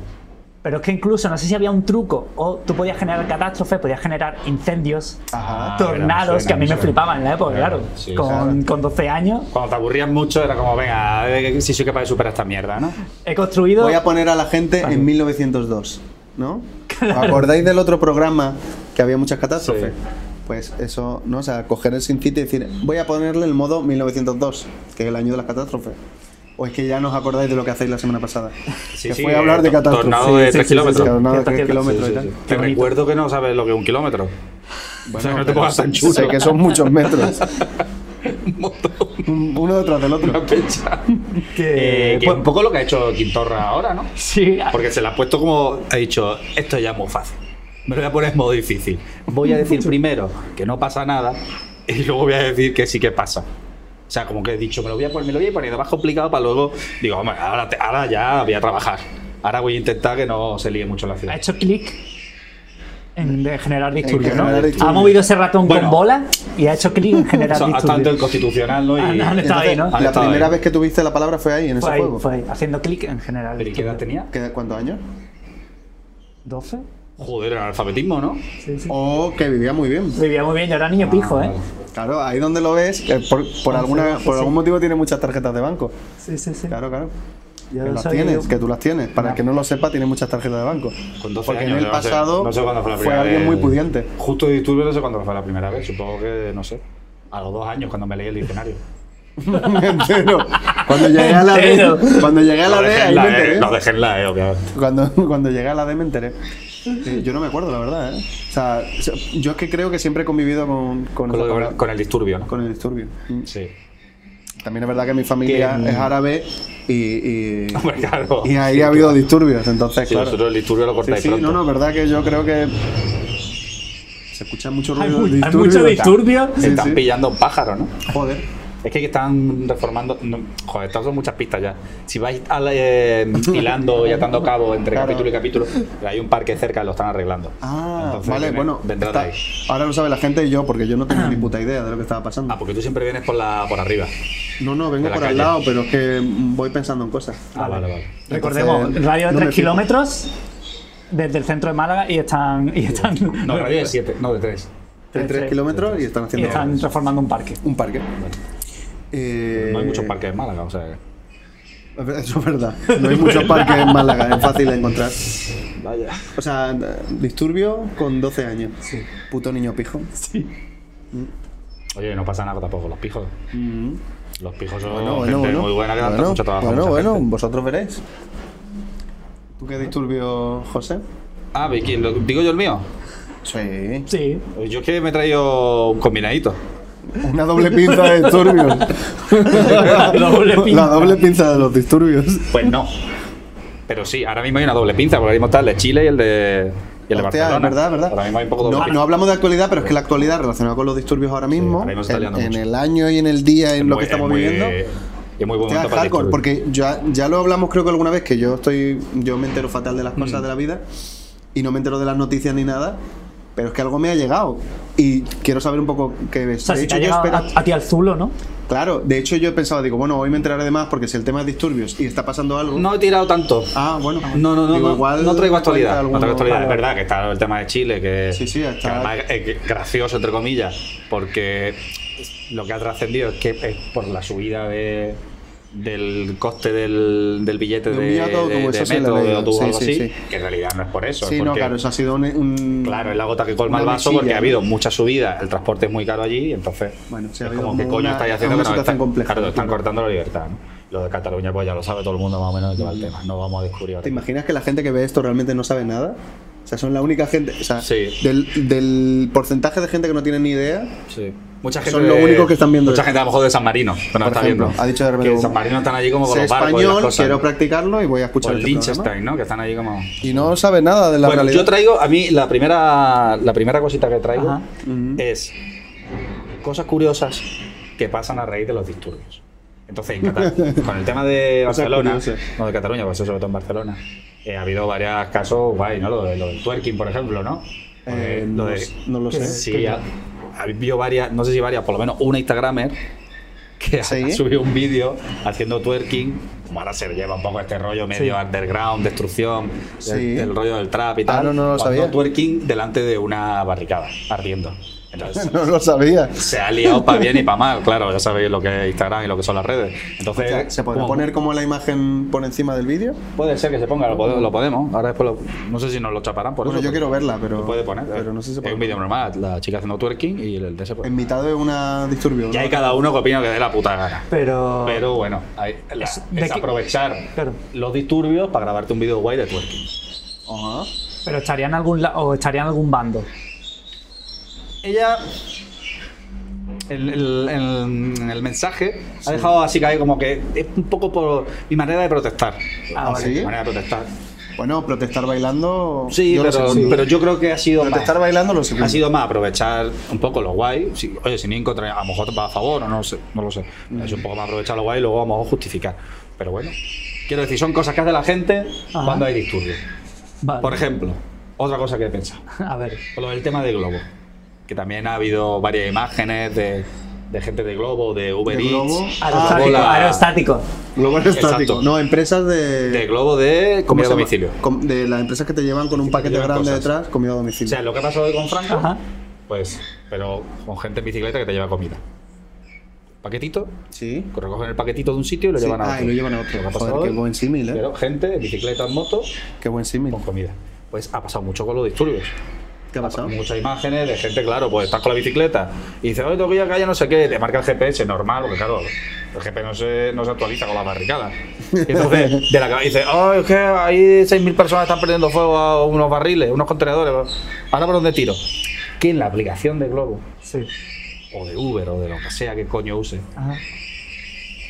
C: Pero es que incluso, no sé si había un truco, o tú podías generar catástrofes, podías generar incendios,
D: Ajá.
C: tornados,
B: me suena,
C: que a mí
B: me
C: me
B: suena.
C: flipaban en la época,
B: Claro,
C: claro.
B: sí,
C: con,
D: claro.
C: con 12 años
B: Cuando te aburrías mucho era como, venga, a ver si soy capaz de superar esta mierda, ¿no?
C: he construido...
D: Voy a poner a la gente en 1902, ¿no? ¿Os ¿Acordáis del otro programa que había muchas catástrofes?
B: Sí.
D: Pues eso, ¿no? O sea, coger el SimCity y decir, voy a ponerle el modo 1902, que es el año de las catástrofes. O es que ya no os acordáis de lo que hacéis la semana pasada.
B: Sí,
D: que
B: sí,
D: fue a hablar de
B: to-
D: catástrofes.
B: tornado de tres kilómetros.
D: tornado de
C: Cierto,
D: 3
C: cierto.
D: kilómetros y tal.
B: Te
C: bonito.
B: recuerdo que no sabes lo que es un kilómetro. o sea, que *laughs* no te pongas tan chulo.
D: Sé que son muchos metros. Un- Uno detrás del otro.
B: Pecha. *laughs*
C: que- pues,
B: Eh, que es un poco lo que ha hecho Quintorra ahora, ¿no?
C: Sí,
B: Porque se la ha puesto como. Ha dicho, esto ya es muy fácil. Me lo voy a poner en modo difícil.
C: *laughs*
B: Voy a decir primero que no pasa nada y luego voy a decir que sí que pasa. O sea, como que he dicho, me lo voy a poner, me lo voy a poner más complicado para luego. Digo, hombre, ahora, te- ahora ya voy a trabajar. Ahora voy a intentar que no se líe mucho la
C: ha
B: ciudad.
C: hecho clic en de generar disturbios, ¿no?
D: generar disturbios.
C: Ha movido ese ratón
B: Bueno.
C: con bola y ha hecho clic
B: *laughs*
C: en
B: O
C: generar
B: sea, hasta ante el
C: disturbios.
B: constitucional, ¿no? Y,
C: Ah, no, no está ahí, ¿no?
B: Ah,
D: La
B: estaba
D: primera
B: ahí.
D: vez que tuviste la palabra fue ahí, en ese
C: Fue ahí,
D: juego.
C: fue ahí, haciendo clic en generar
B: ¿Pero y qué edad
C: disturbios.
B: tenía?
D: ¿Qué- ¿Cuántos años?
C: ¿12?
B: Joder, el alfabetismo, ¿no?
C: Sí, sí.
D: Oh, que vivía muy bien.
C: Vivía muy bien, yo era niño
B: Ah,
C: pijo, ¿eh?
D: Claro, ahí donde lo ves, eh, por, por
C: Ah,
D: alguna, por algún motivo tiene muchas tarjetas de banco.
C: Sí, sí, sí.
D: Claro, claro.
C: Yo
D: que las
C: soy-
D: tienes, que tú las tienes. Para el que no lo sepa, tiene muchas tarjetas de banco. *laughs*
B: Con 12
D: Porque
B: años,
D: en el
B: no sé-
D: pasado
B: no sé cuándo fue, la
D: fue
B: primera
D: alguien
B: vez.
D: muy pudiente.
B: Justo de Disturbios no sé cuándo fue la primera vez, supongo que, no sé, a los dos años cuando me leí el
D: *laughs*
B: diccionario.
D: Entero. Cuando llegué a la
C: Entero.
D: D, cuando llegué a la
B: Lo
D: D,
B: dejé
D: ahí
B: en
D: me
B: la E,
D: enteré.
B: lo dejé en la E, obviamente.
D: Cuando, cuando llegué a la D me enteré. Sí, Yo no me acuerdo, la verdad. ¿eh? O sea, yo es que creo que siempre he convivido con, con,
B: Con,
D: esa
B: lo-
D: palabra,
B: con el disturbio, ¿no?
D: con el disturbio. Mm.
B: Sí. *laughs*
D: También es verdad que mi familia
B: Que, mm,
D: es árabe y, y,
B: *laughs* Hombre, claro.
D: y ahí
B: Sí,
D: ha habido
B: claro.
D: disturbios. Entonces,
B: Sí,
D: claro.
B: vosotros el disturbio lo
D: Sí,
B: cortáis
D: sí,
B: pronto.
D: no, no, verdad que yo creo que se escucha mucho
C: Hay,
D: ruido.
C: mu-
D: de
C: hay mucho disturbio.
D: sí,
B: Están
D: sí.
B: pillando pájaros, ¿no?
D: Joder.
B: Es que están reformando. no, joder, estas son muchas pistas ya. Si vais al, eh,
D: *laughs*
B: hilando y atando cabos entre
D: Claro.
B: capítulo y capítulo, hay un parque cerca y lo están arreglando.
D: Ah,
B: Entonces
D: vale,
B: viene-
D: bueno.
B: Vendrá de
D: está-
B: ahí.
D: ahora lo sabe la gente y yo, porque yo no tengo ni puta idea de lo que estaba pasando.
B: Ah, porque tú siempre vienes por la por arriba.
D: No, no, vengo
B: de la
D: por al
B: calle.
D: lado, pero es que voy pensando en cosas.
B: Ah, vale, vale.
C: Recordemos,
D: Entonces,
C: radio de
D: no
C: 3
D: me fijo.
C: kilómetros desde el centro de Málaga y están. Y están
B: No, en realidad de 7, no de 3.
C: *laughs*
D: De 3 kilómetros y están
C: Y
D: haciendo
C: están reformando un parque.
D: un parque. Eh,
B: No hay muchos parques en Málaga, o sea. que-
D: Eso es verdad. No hay muchos parques en Málaga, es fácil de encontrar.
B: Vaya.
D: O sea, disturbio con 12 años. Puto niño pijo.
B: Oye, no pasa nada tampoco, los pijos.
D: Mm.
B: Los pijos son
D: Bueno,
B: gente
D: bueno, bueno.
B: muy buena que dan
D: Bueno,
B: mucho trabajo. a
D: Bueno,
B: mucha
D: bueno,
B: gente.
D: vosotros veréis. ¿Tú qué disturbio, José?
B: Ah, Vicky, ¿lo- ¿digo yo el mío?
D: Sí.
C: Sí.
B: Pues Yo es que me he traído un combinadito.
D: Una doble pinza de disturbios.
C: La doble
D: La
C: pinza.
D: doble pinza de los disturbios.
B: Pues no. Pero sí, ahora mismo hay una doble pinza, porque ahora mismo está el de Chile y el de, y el de
D: Hostia,
B: Barcelona.
D: es verdad, es verdad.
B: Ahora mismo hay un poco doble
D: no,
B: pinza.
D: no hablamos de actualidad, pero es que la actualidad relacionada con los disturbios ahora mismo,
B: ahora mismo se está
D: en,
B: liando
D: en
B: mucho.
D: el año y en el día, en lo que
B: muy-
D: estamos
B: muy-
D: viviendo,
B: Es muy buen
D: Tema
B: momento para el
D: hardcore,
B: disturbio.
D: porque ya, ya lo hablamos creo que alguna vez que yo estoy yo me entero fatal de las cosas
B: Mm.
D: de la vida y no me entero de las noticias ni nada, pero es que algo me ha llegado y quiero saber un poco qué
C: O
D: ves.
C: sea,
D: de
C: si te
D: hecho
C: ha
D: yo
C: llegado
D: espera-
C: a, a ti al Zulo, ¿no?
D: claro, de hecho yo pensaba digo, bueno, hoy me enteraré de más porque si el tema es disturbios y está pasando algo.
B: No he tirado tanto.
D: Ah, bueno.
B: No, no, no,
D: Digo,
B: no,
D: igual
B: no traigo actualidad.
D: cuenta
B: No traigo
D: alguno-
B: actualidad, es verdad que está el tema de Chile, que,
D: Sí, sí, está-
B: que además es gracioso, entre comillas, porque lo que ha trascendido es que es por la subida de, del coste del, del billete
D: De
B: de,
D: un billete de autobús,
B: de
D: eso sí
B: metro,
D: lo he
B: de
D: leído,
B: autobús
D: sí,
B: o algo
D: sí,
B: así,
D: sí.
B: que en realidad no es por eso. es
D: Sí, no,
B: porque-
D: claro, eso ha sido un, un-
B: Claro, es la gota que colma el
D: Una
B: vaso porque
D: mesilla,
B: ha habido
D: ¿no?
B: mucha subida, el transporte es muy caro allí y entonces
D: Bueno, sí, ha
B: es
D: habido
B: como
D: como
B: que coño
D: una-
B: estáis haciendo
D: una
B: que nos
D: situación
B: están,
D: compleja,
B: claro, nos están
D: claro.
B: cortando la libertad. ¿no? Lo de Cataluña pues ya lo sabe todo el mundo más o menos de qué va el tema, no vamos a descubrir ahora.
D: ¿Te imaginas que la gente que ve esto realmente no sabe nada? O sea, son la única gente, o sea,
B: Sí.
D: del, del porcentaje de gente que no tiene ni idea,
B: Sí. Mucha gente
D: Son lo
B: de-
D: único que están viendo
B: Mucha
D: eso.
B: gente a lo mejor de San Marino, que no
D: Por
B: está
D: ejemplo,
B: viendo.
D: ha dicho de repente
B: que en
D: un-
B: San Marino están allí como con
D: sé
B: los barcos y las
D: español,
B: cosas.
D: quiero
B: ¿no?
D: practicarlo y voy a escuchar
B: o el
D: este programa.
B: Liechtenstein, ¿no? Que están allí como...
D: Y no sabe nada de la
B: bueno,
D: realidad.
B: yo traigo, a mí la primera, la primera cosita que traigo
C: Ajá.
B: es cosas curiosas que pasan a raíz de los disturbios. Entonces, en
D: *laughs*
B: Cata- con el tema de
D: Cosas
B: Barcelona,
D: curiosas.
B: no de Cataluña, pues sobre todo en Barcelona, eh, ha habido varios casos guay, ¿no? Lo, de- lo del twerking, por ejemplo, ¿no?
D: Eh,
B: Eh,
D: no,
B: lo de-
D: s- no lo sé.
B: Sí, ha, ha habido varias, no sé si varias, por lo menos una Instagramer que ha,
D: Sí.
B: ha *laughs* subido un vídeo haciendo twerking. Como ahora se lleva un poco este rollo medio
C: Sí.
B: underground, destrucción,
D: Sí.
B: el, rollo del trap y
D: Ah,
B: tal.
D: no, no lo
B: cuando
D: sabía.
B: twerking delante de una barricada, ardiendo. Entonces, *laughs*
D: *laughs* No lo sabía.
B: se ha liado para bien y para mal, claro, ya sabéis lo que es Instagram y lo que son las redes. Entonces,
D: ¿Se podrá
B: como-
D: poner como la imagen por encima del vídeo?
B: Puede ser que se ponga, lo, pode- lo podemos. Ahora después lo- no sé si nos lo chaparán por
D: Bueno,
B: eso.
D: yo quiero verla, pero.
B: Lo puede poner.
D: Pero no sé si se
B: Es
D: puede.
B: un vídeo normal, la chica haciendo twerking y el de ese. pues.
D: Invitado es una disturbio. ¿no?
B: Ya hay cada uno que opina que dé la puta gana.
C: Pero.
B: Pero bueno, hay- la- Ah. es,
C: Es- de que-
B: aprovechar
C: Claro.
B: los disturbios para grabarte un vídeo guay de twerking.
D: Ajá.
C: Pero estaría en algún la- o estaría en algún bando.
B: Ella. El, el- el- el mensaje ha dejado así caer como que es un poco por mi manera de protestar.
C: Ah,
B: No sé,
D: ¿sí?
B: Mi manera de protestar.
D: Bueno, protestar bailando.
B: Sí,
D: yo lo
B: pero,
D: segundo.
B: pero yo creo que ha sido. más.
D: Protestar bailando lo segundo.
B: Ha sido más aprovechar un poco lo guay. Si- oye, si Ninco trae- a lo mejor va a favor o no, lo sé, no lo sé.
C: Mm.
B: Ha sido un poco más aprovechar lo guay y luego vamos a lo mejor justificar. Pero bueno, quiero decir, son cosas que hace la gente
C: Ajá.
B: cuando hay disturbios.
C: Vale.
B: Por ejemplo, otra cosa que he pensado,
C: A ver.
B: lo del tema de Globo. Que también ha habido varias imágenes de, de gente de Globo, de Uber
D: ¿De
B: Eats.
D: Globo?
B: Ah,
C: Aerostático.
B: bola.
C: aerostático.
D: Global
B: Exacto.
D: estático. No, empresas de.
B: De Globo de
D: ¿cómo
B: comida a
D: se llama?
B: domicilio.
D: Com- De las empresas que te llevan con un
B: te
D: paquete
B: llevan
D: grande
B: cosas.
D: detrás, comida a
B: O
D: domicilio.
B: sea, lo que ha pasado hoy con Franco,
C: Ajá.
B: pues, pero con gente en bicicleta que te lleva comida. Paquetito,
D: sí.
B: recogen el paquetito de un sitio y lo
D: Sí,
B: llevan a
D: ah,
B: otro.
D: y lo llevan a otro.
B: Lo que ha
D: Joder,
B: pasado
D: qué
B: hoy,
D: buen símil, ¿eh?
B: Pero gente en bicicleta, en moto,
D: Qué buen símil.
B: con comida. Pues ha pasado mucho con los disturbios.
D: ¿Qué ha pasado?
B: Muchas imágenes de gente, claro, pues estás con la bicicleta y dices, oye, tengo que ir a la calle, no sé qué, te marca el GPS, normal, porque claro, el GPS no se, no se actualiza con la barricada. Y
D: *laughs*
B: entonces, de la cabeza dices, oh, es que ahí 6.000 personas están prendiendo fuego a unos barriles, unos contenedores, ahora por dónde tiro. Que en la aplicación de Globo,
C: Sí.
B: o de Uber, o de lo que sea que coño use,
C: Ajá.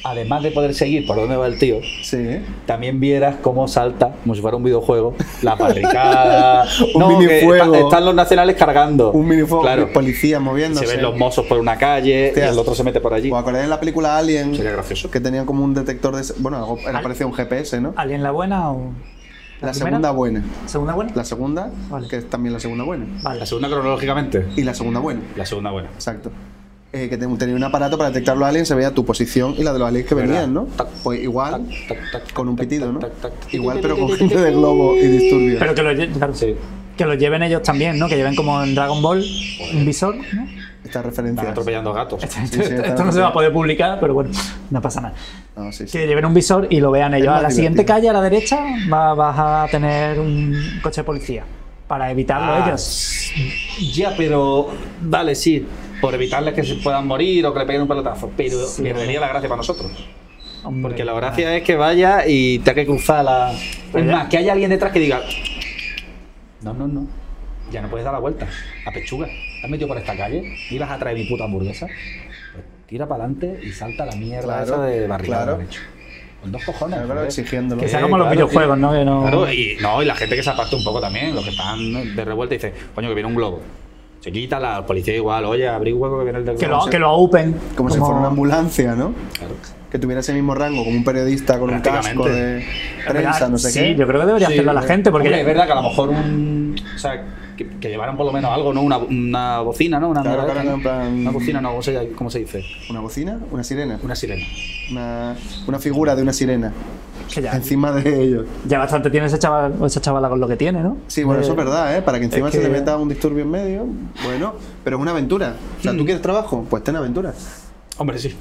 B: además de poder seguir por dónde va el tío,
D: Sí, ¿eh?
B: también vieras cómo salta, como si fuera un videojuego, la barricada.
D: *laughs* Un minifuego.
B: que está- están los nacionales cargando.
D: Un minifuego
B: Claro.
D: de policía
B: Se
D: moviéndose.
B: ven los mozos por una calle
D: Hostia.
B: y el otro se mete por allí.
D: ¿Os acordáis de la película Alien?
B: Sería gracioso.
D: Que tenían como un detector de. Bueno, algo, era
C: Al-
D: parecía un GPS, ¿no?
C: ¿Alguien la buena o.?
D: La,
C: primera?
D: segunda buena.
C: ¿Segunda buena?
D: La segunda,
C: Vale.
D: que es también la segunda buena.
B: La
C: Vale.
B: segunda cronológicamente.
D: Y la segunda buena,
B: La segunda buena.
D: exacto. Eh, que ten- tenía un aparato para detectar los aliens, se veía tu posición y la de los aliens que
B: ¿Verdad?
D: venían, ¿no?
B: Tac,
D: Pues igual,
B: tac, tac, tac,
D: con un
B: tac,
D: pitido, ¿no?
B: tac, tac, tac.
D: Igual,
C: *laughs*
D: pero con gente de globo y disturbios.
C: Pero que lo, lle- claro,
B: Sí.
C: que lo lleven ellos también, ¿no? Que lleven como en Dragon Ball un visor, ¿no?
D: Estas
B: Están
D: referencias.
B: atropellando gatos.
D: sí, está
C: *laughs* Esto no se va a poder publicar, pero bueno, no pasa nada.
D: No, sí, sí.
C: Que lleven un visor y lo vean ellos.
D: más
C: A la siguiente
D: divertido.
C: calle, a la derecha, va- vas a tener un coche de policía. Para evitarlo
B: Ah,
C: ellos.
B: Ya, pero. Vale, sí. Por evitarles que se puedan morir o que le peguen un pelotazo. Pero
C: Sí.
B: perdería la gracia para nosotros.
C: Hombre,
B: Porque la gracia es que vaya y te que cruzar la. Es más, que haya alguien detrás que diga. No, no, no. Ya no puedes dar la vuelta. A pechuga. Te has metido por esta calle. Ibas a traer mi puta hamburguesa. Pues tira para adelante y salta la mierda
D: Claro,
B: esa de barrigada
D: claro.
B: derecho. Con dos cojones.
D: Claro,
B: joder.
D: exigiéndolo.
C: Que sea
B: Eh,
C: como los
B: claro,
C: videojuegos, ¿no? Que no-
B: Claro, y, no, y la gente que se aparte un poco también, los que están de revuelta y dicen, coño, que viene un globo. Se quita la policía igual, oye, abrí hueco que viene el del
C: que,
B: globo.
C: lo, que lo aupen.
D: Como, si fuera una ambulancia, ¿no?
B: Claro.
D: Que tuviera ese mismo rango, como un periodista con un casco de
B: Prácticamente.
D: prensa, no sé
C: sí,
D: qué.
C: yo creo que debería
B: Sí,
C: hacerlo a la gente, porque
B: hombre, es verdad que a lo mejor un. O sea, que, que llevaran por lo menos algo, ¿no? Una, una bocina, ¿no? Una,
D: Claro, claro, en plan-
B: una bocina, no, ¿cómo se, cómo se dice?
D: ¿Una bocina? ¿Una sirena?
B: Una sirena.
D: Una, una figura de una sirena
C: que ya,
D: encima de ellos.
C: ya bastante tiene ese chaval o esa chavala con lo que tiene, ¿no?
D: Sí, bueno,
C: Eh,
D: eso es verdad, ¿eh? Para que encima
C: es
D: se le
C: que-
D: meta un disturbio en medio. Bueno, pero es una aventura. O
C: Mm.
D: sea, ¿tú quieres trabajo? Pues ten aventura.
B: Hombre, sí.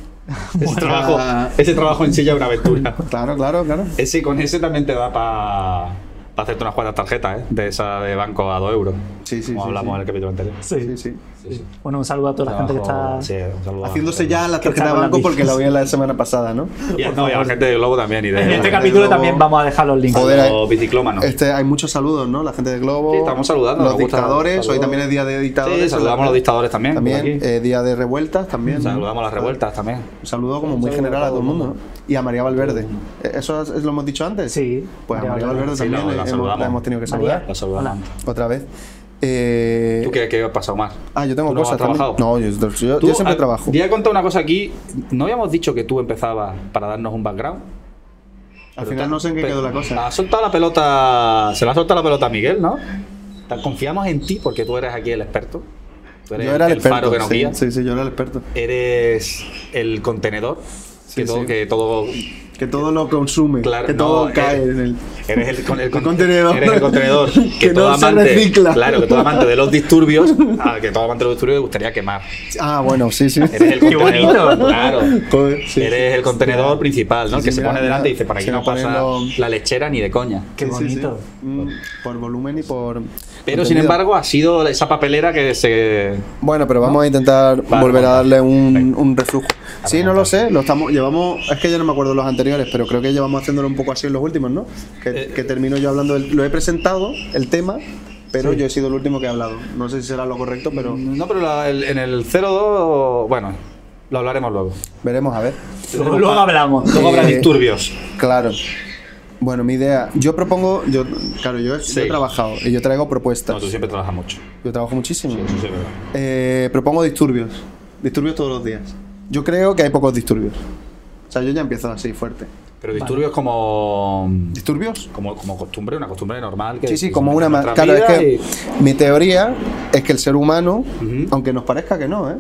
B: ese, trabajo, ese trabajo en sí ya es una aventura.
D: Claro, claro, claro.
B: Ese con ese también te da para hacerte unas cuantas tarjetas, ¿eh? De esa de banco a 2 euros.
D: Sí, sí,
B: Como
D: sí,
B: hablamos
D: sí.
B: en el capítulo anterior.
C: Sí.
D: Sí, sí.
C: Bueno, un saludo a toda la gente que está.
B: Trabajo- sí, un saludo a-
D: Haciéndose ya la tarjeta de
C: chaval
D: banco
C: más
D: porque la vi la semana pasada, ¿no?
B: Y, a- no, y a la gente de Globo también. Y de,
C: En *laughs* este
D: Desde
C: capítulo
D: luego-
C: también vamos a dejar los links.
D: Joder,
B: los biciclómanos.
D: Este, hay muchos saludos, ¿no? La gente de Globo.
B: Sí, estamos saludando,
D: Los
B: nos gusta-
D: dictadores. Hoy
B: saludos.
D: también es día de dictadores.
B: Sí, saludamos a los dictadores también. por
D: También
B: aquí.
D: eh, día de revueltas, también.
B: Saludamos las revueltas también.
D: Un saludo como muy general a todo el mundo. ¿no? Y a María Valverde. Eh, ¿Eso es, es- lo hemos dicho antes?
C: Sí.
D: Pues a
C: María
D: María Valverde
C: Valverde.
B: Sí, la-
D: también
B: la
D: eh, hemos- la,
B: saludamos.
D: hemos tenido que
C: María,
D: saludar
B: La saludamos.
C: hola.
D: otra vez. Eh,
B: ¿Tú qué, qué ha pasado, Mar?
D: Ah, yo tengo
B: ¿Tú no has
D: cosas también.
B: trabajado?
D: No, yo, yo-
B: Tú,
D: yo siempre
B: ah,
D: trabajo.
B: Ya he contado una cosa aquí. No habíamos dicho que tú empezabas para darnos un background.
D: Al
B: Pero ah,
D: final
B: te-
D: no sé en qué
B: pe-
D: quedó la cosa.
B: Ha soltado la pelota. Se la ha soltado la pelota a Miguel, ¿no? Te- Confiamos en ti porque tú eres aquí el experto. Tú eres
D: Yo era el, experto.
B: faro que nos
D: sí,
B: guía.
D: sí, sí, yo era el experto.
B: Eres el contenedor.
D: Sí,
B: que, todo,
D: sí.
B: que todo.
D: Que todo lo consume,
B: Claro,
D: que
B: no,
D: todo
B: eh,
D: cae en el...
B: Eres el, con- el con-
D: contenedor.
B: Eres el
D: *laughs*
B: contenedor.
D: Que
B: todo
D: no se
B: amante,
D: recicla.
B: Claro, que todo amante de los
D: *laughs*
B: disturbios. ah, que todo amante de los disturbios le gustaría quemar.
D: Ah, bueno, sí, sí.
B: Eres el
D: *laughs*
C: Qué
B: contenedor.
C: bonito.
B: Claro.
D: Joder, sí,
B: Eres el contenedor principal, ¿no?
D: Sí,
B: que
D: sí,
B: se
D: mira,
B: pone delante y
D: mira,
B: dice, para
D: se
B: aquí no
D: me ponen
B: pasa
D: los-
B: la lechera ni de coña.
C: Qué
D: Sí, sí, sí.
C: bonito.
D: Mm, por volumen y por...
B: Pero
D: contenido.
B: sin embargo ha sido esa papelera que se...
D: Bueno, pero vamos a intentar
B: Vale,
D: volver a
B: vamos.
D: darle un,
B: Venga.
D: un reflujo. Sí, no lo sé, lo estamos, llevamos, es que yo no me acuerdo los anteriores, pero creo que llevamos haciéndolo un poco así en los últimos, ¿no? Que,
B: Eh,
D: que termino yo hablando, del- lo he presentado, el tema, pero yo he sido el último que ha hablado. No sé si será lo correcto, pero
B: No, pero la- el- en el 02, bueno, lo hablaremos luego.
D: veremos, a ver.
C: Luego, luego hablamos.
B: Luego habrá
D: Eh,
B: disturbios.
D: Claro. Bueno, mi idea, yo propongo, yo, claro, yo, he- yo he
B: Sí.
D: trabajado y yo traigo
B: No,
D: propuestas.
B: tú siempre trabajas mucho.
D: Yo trabajo muchísimo.
B: Eso sí es verdad.
D: Eh, propongo disturbios. Disturbios todos los días. Yo creo que hay pocos disturbios. O sea, yo ya empiezo así fuerte.
B: Pero disturbios como...
D: ¿Disturbios?
B: Como, como costumbre, una costumbre normal. Que
D: Sí, sí,
B: que
D: como
B: se
D: una
B: mete en
D: más.
B: nuestra
D: Claro,
B: vida
D: es que
B: y-
D: mi teoría es que el ser humano,
B: Ujú.
D: aunque nos parezca que no, ¿eh?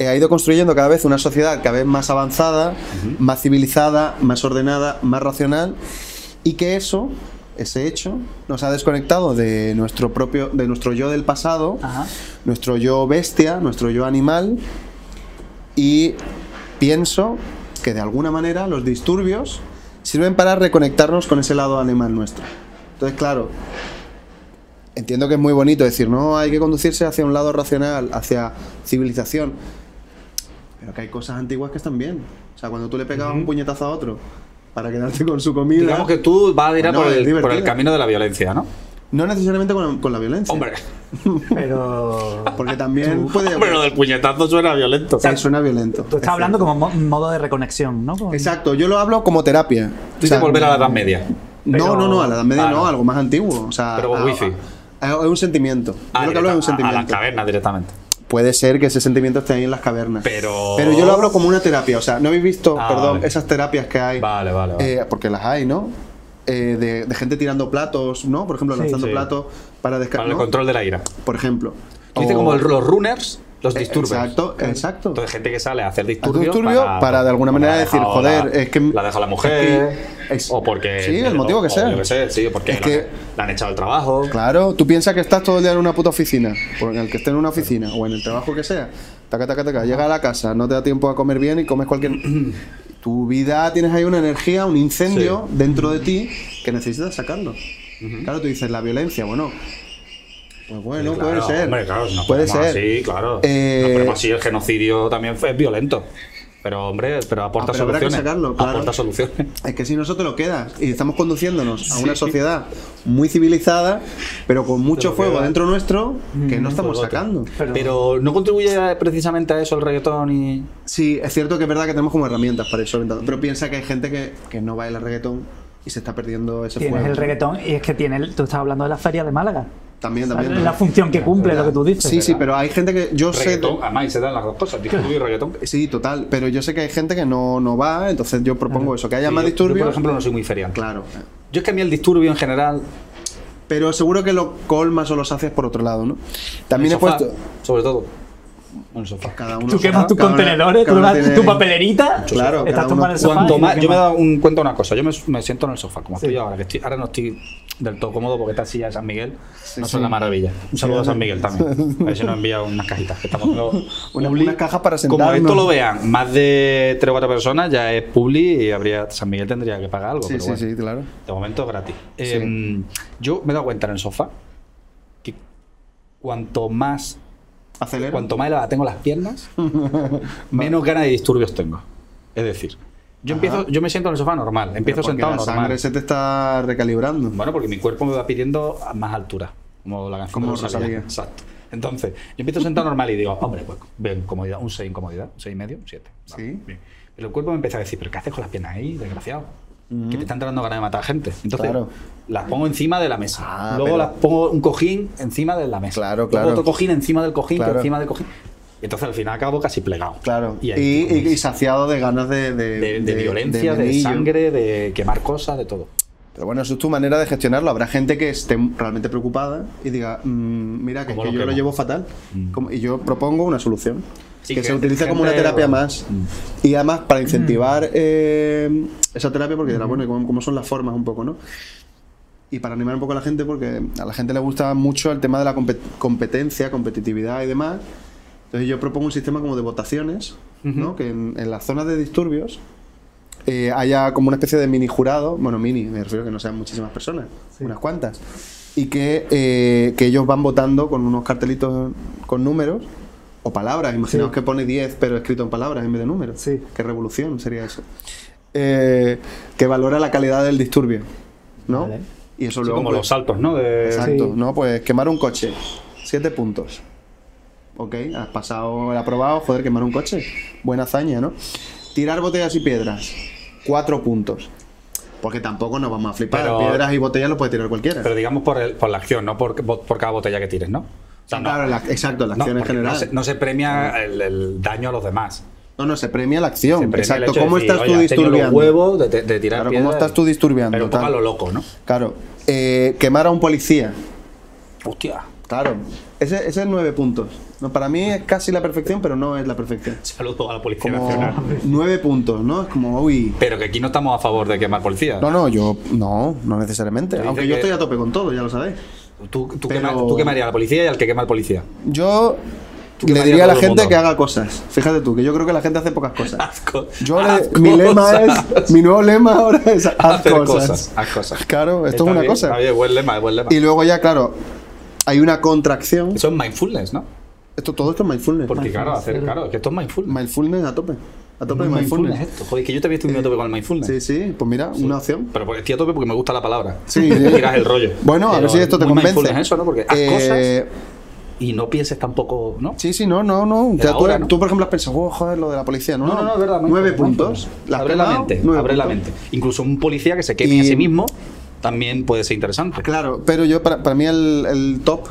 D: Eh, ha ido construyendo cada vez una sociedad cada vez más avanzada, más civilizada, más ordenada, más racional, y que eso, ese hecho, nos ha desconectado de nuestro propio, de nuestro yo del pasado,
B: Ah.
C: Ajá.
D: nuestro yo bestia, nuestro yo animal, y pienso que de alguna manera los disturbios sirven para reconectarnos con ese lado animal nuestro. Entonces, claro, entiendo que es muy bonito decir, no, hay que conducirse hacia un lado racional, hacia civilización, pero que hay cosas antiguas que están bien. O sea, cuando tú le pegabas un puñetazo a otro para quedarte con su comida,
B: Digamos que tú vas a ir a
D: Bueno,
B: por,
D: es
B: el, por el
D: divertido.
B: camino de la violencia, ¿no?
D: no necesariamente con, con la violencia,
B: Hombre, *laughs*
C: Pero.
D: porque también puede...
B: hombre, lo del puñetazo suena violento.
D: Sí, suena violento.
C: Tú estás hablando como mo- modo de reconexión, ¿no? Con-
D: Exacto, yo lo hablo como terapia.
B: Tú
D: O sea,
B: dices volver a la Edad Media.
D: No,
C: Pero-
D: no, no, a la Edad Media
B: Ah,
D: no,
B: no.
D: algo más antiguo. O sea,
B: Pero con
D: a-
B: wifi.
D: a- a- Es un sentimiento.
B: Ah,
D: yo lo que hablo es un
B: directa- a- A las
D: sentimiento.
B: cavernas directamente.
D: Puede ser que ese sentimiento esté ahí en las cavernas.
B: Pero-
D: Pero yo lo hablo como una terapia. O sea, no habéis visto,
B: Ah,
D: perdón,
B: vale.
D: esas terapias que hay.
B: Vale, vale, vale.
D: eh, porque las hay, ¿no? Eh, de, de gente tirando platos, ¿no? Por ejemplo,
C: Sí,
D: lanzando
B: sí.
D: platos para
B: Para
D: descargar.
B: el control de la ira.
D: Por ejemplo.
B: Tú dices
D: O-
B: como el- los runners, los
D: Eh,
B: disturbios.
D: Exacto, exacto.
B: Entonces, gente que sale a hacer
D: Algún
B: disturbios.
D: disturbio para, de alguna manera
B: la
D: decir,
B: deja- o
D: joder,
B: la,
D: es que.
B: La deja la mujer.
D: es que- es-
B: o porque.
D: Sí, el motivo que
B: o-
D: sea.
B: o yo qué sé, sí, porque
D: Es
B: la,
D: que-
B: la han echado del trabajo.
D: Claro, tú piensas que estás todo el día en una puta oficina, porque el que esté en una oficina o en el trabajo que sea, taca, taca, taca, llega a la casa, no te da tiempo a comer bien y comes cualquier... *clears throat* Tu vida tienes ahí una energía, un incendio dentro de ti que necesitas sacarlo. Claro, tú dices la violencia, bueno, pues bueno,
B: Claro,
D: puede ser,
B: hombre, claro, si nos
D: puede
B: ponemos
D: ser.
B: así, claro.
D: Eh,
B: Nos ponemos así, el genocidio también fue- es violento. Pero, hombre, pero aporta
D: Ah, pero habrá que
B: soluciones.
D: sacarlo, claro.
B: Aporta soluciones.
D: Es que si no, eso te lo quedas y estamos conduciéndonos a una sociedad muy civilizada, pero con mucho
B: lo
D: fuego
B: quedas.
D: dentro nuestro que no estamos
B: fuegote.
D: sacando.
C: Pero-
B: Pero, no contribuye precisamente a eso el reggaetón y.
D: Sí, es cierto que es verdad que tenemos como herramientas para ir solventando, pero piensa que hay gente que, que no baila reggaetón y se está perdiendo ese
C: Tienes
D: fuego.
C: el reggaetón y es que tiene. el- Tú estás hablando de la feria de Málaga.
D: También,
C: La,
D: también.
C: la función que cumple, lo que tú dices.
D: Sí, sí, pero hay gente que yo sé...
B: Reggaetón, además, y se dan las dos cosas, disturbios y reggaetón.
D: Sí, total, pero yo sé que hay gente que no, no va, entonces yo propongo eso, que haya
B: Sí,
D: más
B: yo- yo,
D: disturbios.
B: por ejemplo, no soy muy feriante.
D: Claro.
B: Yo es que a mí el disturbio en general.
D: Pero seguro que lo colmas o los haces por otro lado, ¿no? También
B: el
D: he
B: sofá,
D: puesto...
B: Sobre todo. En el sofá.
D: Cada uno
C: Tú quemas
D: cada-
C: tus
D: cada uno-
C: contenedores,
D: cada
C: tú
D: uno
C: das
D: tiene-
C: tu papelerita.
D: Claro, cada
C: estás
D: uno-
C: tumbado en el sofá
B: Cuanto
C: y
B: más.
C: lo
B: Yo me he
C: quemas.
B: dado un, cuenta una cosa. Yo me, me siento en el sofá, como estoy ahora. Que estoy, ahora no estoy del todo cómodo porque esta silla de San Miguel no son la maravilla. Un saludo a San Miguel también. A ver si nos envía unas cajitas. Que estamos haciendo
D: *laughs* Una-
B: publi.
D: unas cajas para
B: Como
D: sentarnos.
B: esto lo vean más de 3 o 4 personas, ya es publi y habría, San Miguel tendría que pagar algo.
D: Sí,
B: pero
D: sí,
B: bueno.
D: sí, claro.
B: De momento gratis. Em, yo me he dado cuenta en el sofá que cuanto más,
D: Acelera.
B: cuanto más elevada tengo las
D: *laughs*
B: piernas, menos ganas de disturbios tengo. Es decir, yo empiezo, yo me siento en el sofá normal, empiezo
D: Porque
B: sentado
D: la
B: normal.
D: sangre se te está recalibrando.
B: Bueno, porque mi cuerpo me va pidiendo a más altura, como la canción
D: Como
B: de Rosalía.
D: Rosalía.
B: Exacto. Entonces, yo empiezo sentado normal y digo, hombre, pues veo incomodidad, un 6 incomodidad, un 6 y medio, un 7.
D: Sí.
B: Bien. Pero el cuerpo me empieza a decir, ¿pero qué haces con las piernas ahí, desgraciado? Que te están dando ganas de matar gente. Entonces,
D: Mm. Claro.
B: las pongo encima de la mesa.
D: Ah,
B: Luego
D: pero-
B: las pongo un cojín encima de la mesa.
D: Claro,
B: Luego
D: claro.
B: otro cojín encima del cojín, que
D: Claro.
B: encima del cojín. Y entonces al final acabo casi plegado.
D: Claro. Y,
B: Y ahí te
D: y-
B: comes.
D: y saciado de ganas de, de,
B: de, de
D: de-
B: violencia, de,
D: menillo.
B: sangre, de quemar cosas, de todo.
D: Pero bueno, eso es tu manera de gestionarlo. Habrá gente que esté realmente preocupada y diga, "Mm, mira, que, es
B: ¿Cómo
D: que
B: lo
D: yo lo
B: quemo? Mm.
D: llevo fatal. Como- Y yo propongo una solución.
B: Sí,
D: que,
B: que
D: se utiliza como una
B: gente- Mm.
D: terapia más. Y además para incentivar eh, esa terapia, porque
B: Mm.
D: dirá, bueno, ¿cómo, cómo son las formas un poco, no? Y para animar un poco a la gente, porque a la gente le gusta mucho el tema de la compet- competencia, competitividad y demás. Entonces yo propongo un sistema como de votaciones, ¿no? Que en, en las zonas de disturbios eh, haya como una especie de mini jurado, bueno, mini, me refiero a que no sean muchísimas personas, unas cuantas, y que, eh, que ellos van votando con unos cartelitos con números o palabras, imaginaos
C: Sí.
D: que pone 10 pero escrito en palabras en vez de números,
C: Sí.
D: qué revolución sería eso, Eh, que valora la calidad del disturbio, ¿no?
C: Vale.
D: Y eso
B: Sí,
D: luego...
B: como
D: pues,
B: los saltos, ¿no? De-
D: Exacto,
C: Sí.
D: ¿no? Pues quemar un coche, 7 puntos. Ok, has pasado el aprobado, joder, quemar un coche. Buena hazaña, ¿no? Tirar botellas y piedras, 4 puntos. Porque tampoco nos vamos a flipar.
B: Pero-
D: piedras y botellas lo puede tirar cualquiera.
B: Pero digamos por, el- por la acción, no por, por cada botella que tires, ¿no? O sea, no-
D: Claro, la- exacto, la
B: no,
D: acción en
B: porque
D: general.
B: No se, no se premia el, el daño a los demás.
D: No, no, se premia la acción.
B: Se premia el
D: Exacto.
B: hecho de
D: ¿Cómo
B: decir,
D: estás tú
B: "Oye, has tenido los
D: disturbiando?
B: huevos de, de- de tirar
D: Claro,
B: piedras
D: ¿cómo estás
B: y-
D: tú disturbiando?
B: Pero un poco
D: tal?
B: a lo loco, ¿no?
D: Claro. Eh, quemar a un policía.
B: Hostia.
D: Claro. Ese, ese es nueve puntos. No, para mí es casi la perfección, pero no es la perfección.
B: Saludos a la Policía
D: Como
B: Nacional.
D: nueve puntos, ¿no? Es como, uy.
B: Pero que aquí no estamos a favor de quemar policías.
D: No, no, yo no, no necesariamente.
B: Te
D: Aunque
B: dice
D: yo
B: que-
D: estoy a tope con todo, ya lo sabéis.
B: Tú, tú,
D: Pero-
B: quema- tú quemarías a la policía y al que quema al policía.
D: Yo
B: Tú
D: le
B: quemarías
D: diría a la
B: todo el
D: gente
B: mundo.
D: que haga cosas. Fíjate tú, que yo creo que la gente hace pocas cosas.
B: Haz co- *laughs*
D: Yo le-
B: haz
D: mi lema
B: cosas.
D: es, mi nuevo lema ahora
B: *laughs*
D: es haz
B: Hacer
D: cosas.
B: cosas. Haz cosas.
D: Claro, esto
B: Está
D: es una
B: bien,
D: cosa.
B: Está bien, buen lema, buen lema.
D: Y luego ya, claro, hay una contracción.
B: Eso es mindfulness, ¿no?
D: Esto, todo esto es mindfulness.
B: Porque claro,
C: Mindfulness,
B: hacer,
C: claro.
B: claro, es que esto es mindfulness.
D: Mindfulness a tope. A tope de
B: No es
D: mindfulness.
B: esto. Joder, que yo te había estudiado con el mindfulness.
D: Sí, sí, pues mira, una opción.
B: Pero porque estoy a tope porque me gusta la palabra. *laughs*
D: Sí,
B: Te *laughs*
D: sí.
B: tiras el rollo.
D: Bueno, a
B: Pero
D: ver si esto te
B: muy mindfulness
D: convence.
B: eso, ¿no? Porque haz
D: Eh,
B: cosas y no pienses tampoco, ¿no?
D: Sí, sí, no, no, no.
B: Era
D: Ya tú,
B: ahora, ¿no?
D: tú, por ejemplo, has pensado, oh, joder, lo de la policía. No, no,
B: es verdad. no,
D: Nueve
B: no,
D: puntos.
B: no.
D: ¿La has
B: abre la
D: quemado?
B: mente,
D: Nueve
B: abre la
D: puntos.
B: mente. Incluso un policía que se queme a
D: Y-
B: sí mismo también puede ser interesante.
D: Claro, pero yo, para, para mí, el, el top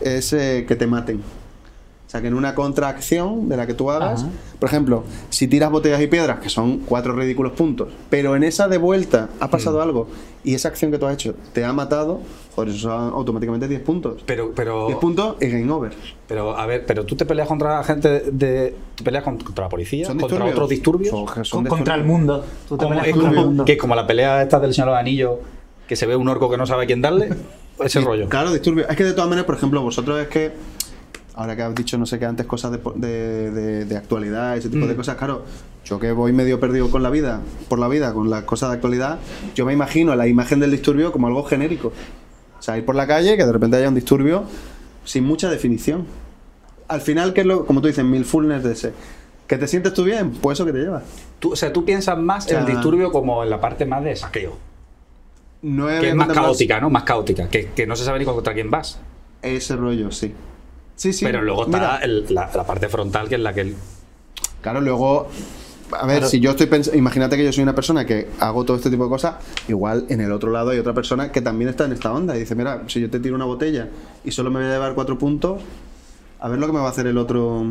D: es eh, que te maten. O sea, que en una contracción de la que tú hagas,
C: Ajá.
D: por ejemplo, si tiras botellas y piedras, que son cuatro ridículos puntos, pero en esa de vuelta ha pasado algo y esa acción que tú has hecho te ha matado, joder, eso son automáticamente 10 puntos.
B: Pero,
D: 10
B: pero,
D: puntos y game over.
B: pero, a ver, pero tú te peleas contra la gente de. Te peleas con- contra la policía,
D: ¿Son
B: contra
D: disturbios?
B: otros disturbios.
D: Son- son
C: Con- contra
D: disturbios.
C: el mundo. Tú te
B: Como-
C: peleas
B: es
C: contra el
B: como-
C: mundo.
B: que es como la pelea esta del Señor de los Anillos, que se ve un orco que no sabe a quién
D: *laughs*
B: darle. Ese
D: Di-
B: rollo.
D: Claro, disturbio. Es que de todas maneras, por ejemplo, vosotros es que. Ahora que has dicho no sé qué antes cosas de, po- de- de- de actualidad, ese
B: Mm.
D: tipo de cosas, claro, yo que voy medio perdido con la vida, por la vida, con las cosas de actualidad, yo me imagino la imagen del disturbio como algo genérico. O sea, ir por la calle, que de repente haya un disturbio sin mucha definición. Al final, que es lo, como tú dices, mil fullness de ese. ¿Que te sientes tú bien? Pues eso que te llevas.
B: Tú- o sea, tú piensas más en el
D: Ya.
B: disturbio como en la parte más de saqueo.
D: No
B: Que
D: había
B: es más
D: contemplado-
B: caótica, ¿no? Más caótica. Que, que no se sabe ni contra quién vas.
D: Ese rollo, sí. Sí, sí.
B: Pero luego
D: mira.
B: está el- la, la parte frontal, que es la que. el-
D: Claro, luego. A ver, si yo estoy pensando. Imagínate que yo soy una persona que hago todo este tipo de cosas. Igual en el otro lado hay otra persona que también está en esta onda. Y dice, mira, si yo te tiro una botella y solo me voy a llevar cuatro puntos, a ver lo que me va a hacer el otro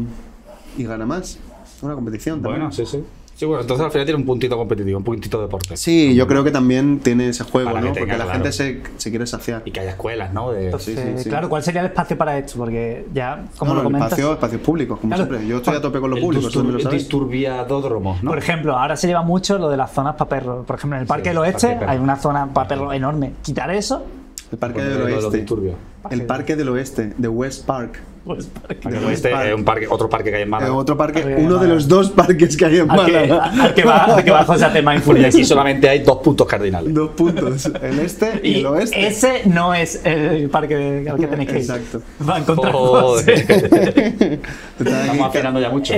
D: y gana más. Es Una competición también.
B: Bueno, sí, sí. Sí, bueno, entonces al final tiene un puntito competitivo, un puntito deporte.
D: Sí, yo creo que también tiene ese juego,
B: Para que
D: ¿no?
B: tenga
D: Porque la
B: claro.
D: gente se, se quiere saciar.
B: Y que haya escuelas, ¿no? De,
D: Sí, sí,
C: Entonces,
D: sí.
C: Claro, ¿cuál sería el espacio para esto? Porque ya, como
D: No, no,
C: lo comentas.
D: espacio- espacios públicos, como
C: Claro.
D: siempre. Yo estoy a tope con lo
B: el
D: público,
B: distur-
D: eso también lo sabes.
B: disturbiadódromo, ¿no?
C: Por ejemplo, ahora se lleva mucho lo de las zonas para perros. Por ejemplo, en el Parque
B: Sí,
C: del Oeste
B: parque de perros.
C: hay una zona para perros enorme. Quitar eso,
D: El Parque
B: Lo
D: del
B: de los
D: Oeste.
B: disturbios.
D: El Parque del Oeste, de West Park.
C: pues, parque-
D: *laughs*
B: Parque del
D: Del
B: Oeste
D: parque.
B: este es un parque, otro parque que hay en
D: Eh,
B: Málaga.
D: otro parque,
C: Parque de
D: uno de
C: Málaga.
D: los dos parques que hay en
C: al, que,
D: Málaga.
C: al que va, al que
D: *laughs*
C: va José a
B: *laughs*
C: hacer
B: Y
C: mindfulness.
B: aquí solamente hay dos puntos cardinales.
D: Dos puntos, el este *laughs* y,
C: Y
D: el oeste. *laughs*
C: ese no es el parque de- al que tenéis que ir.
D: Exacto.
C: Va en contra
B: Joder.
D: Está aquí,
B: Estamos afinando ya mucho.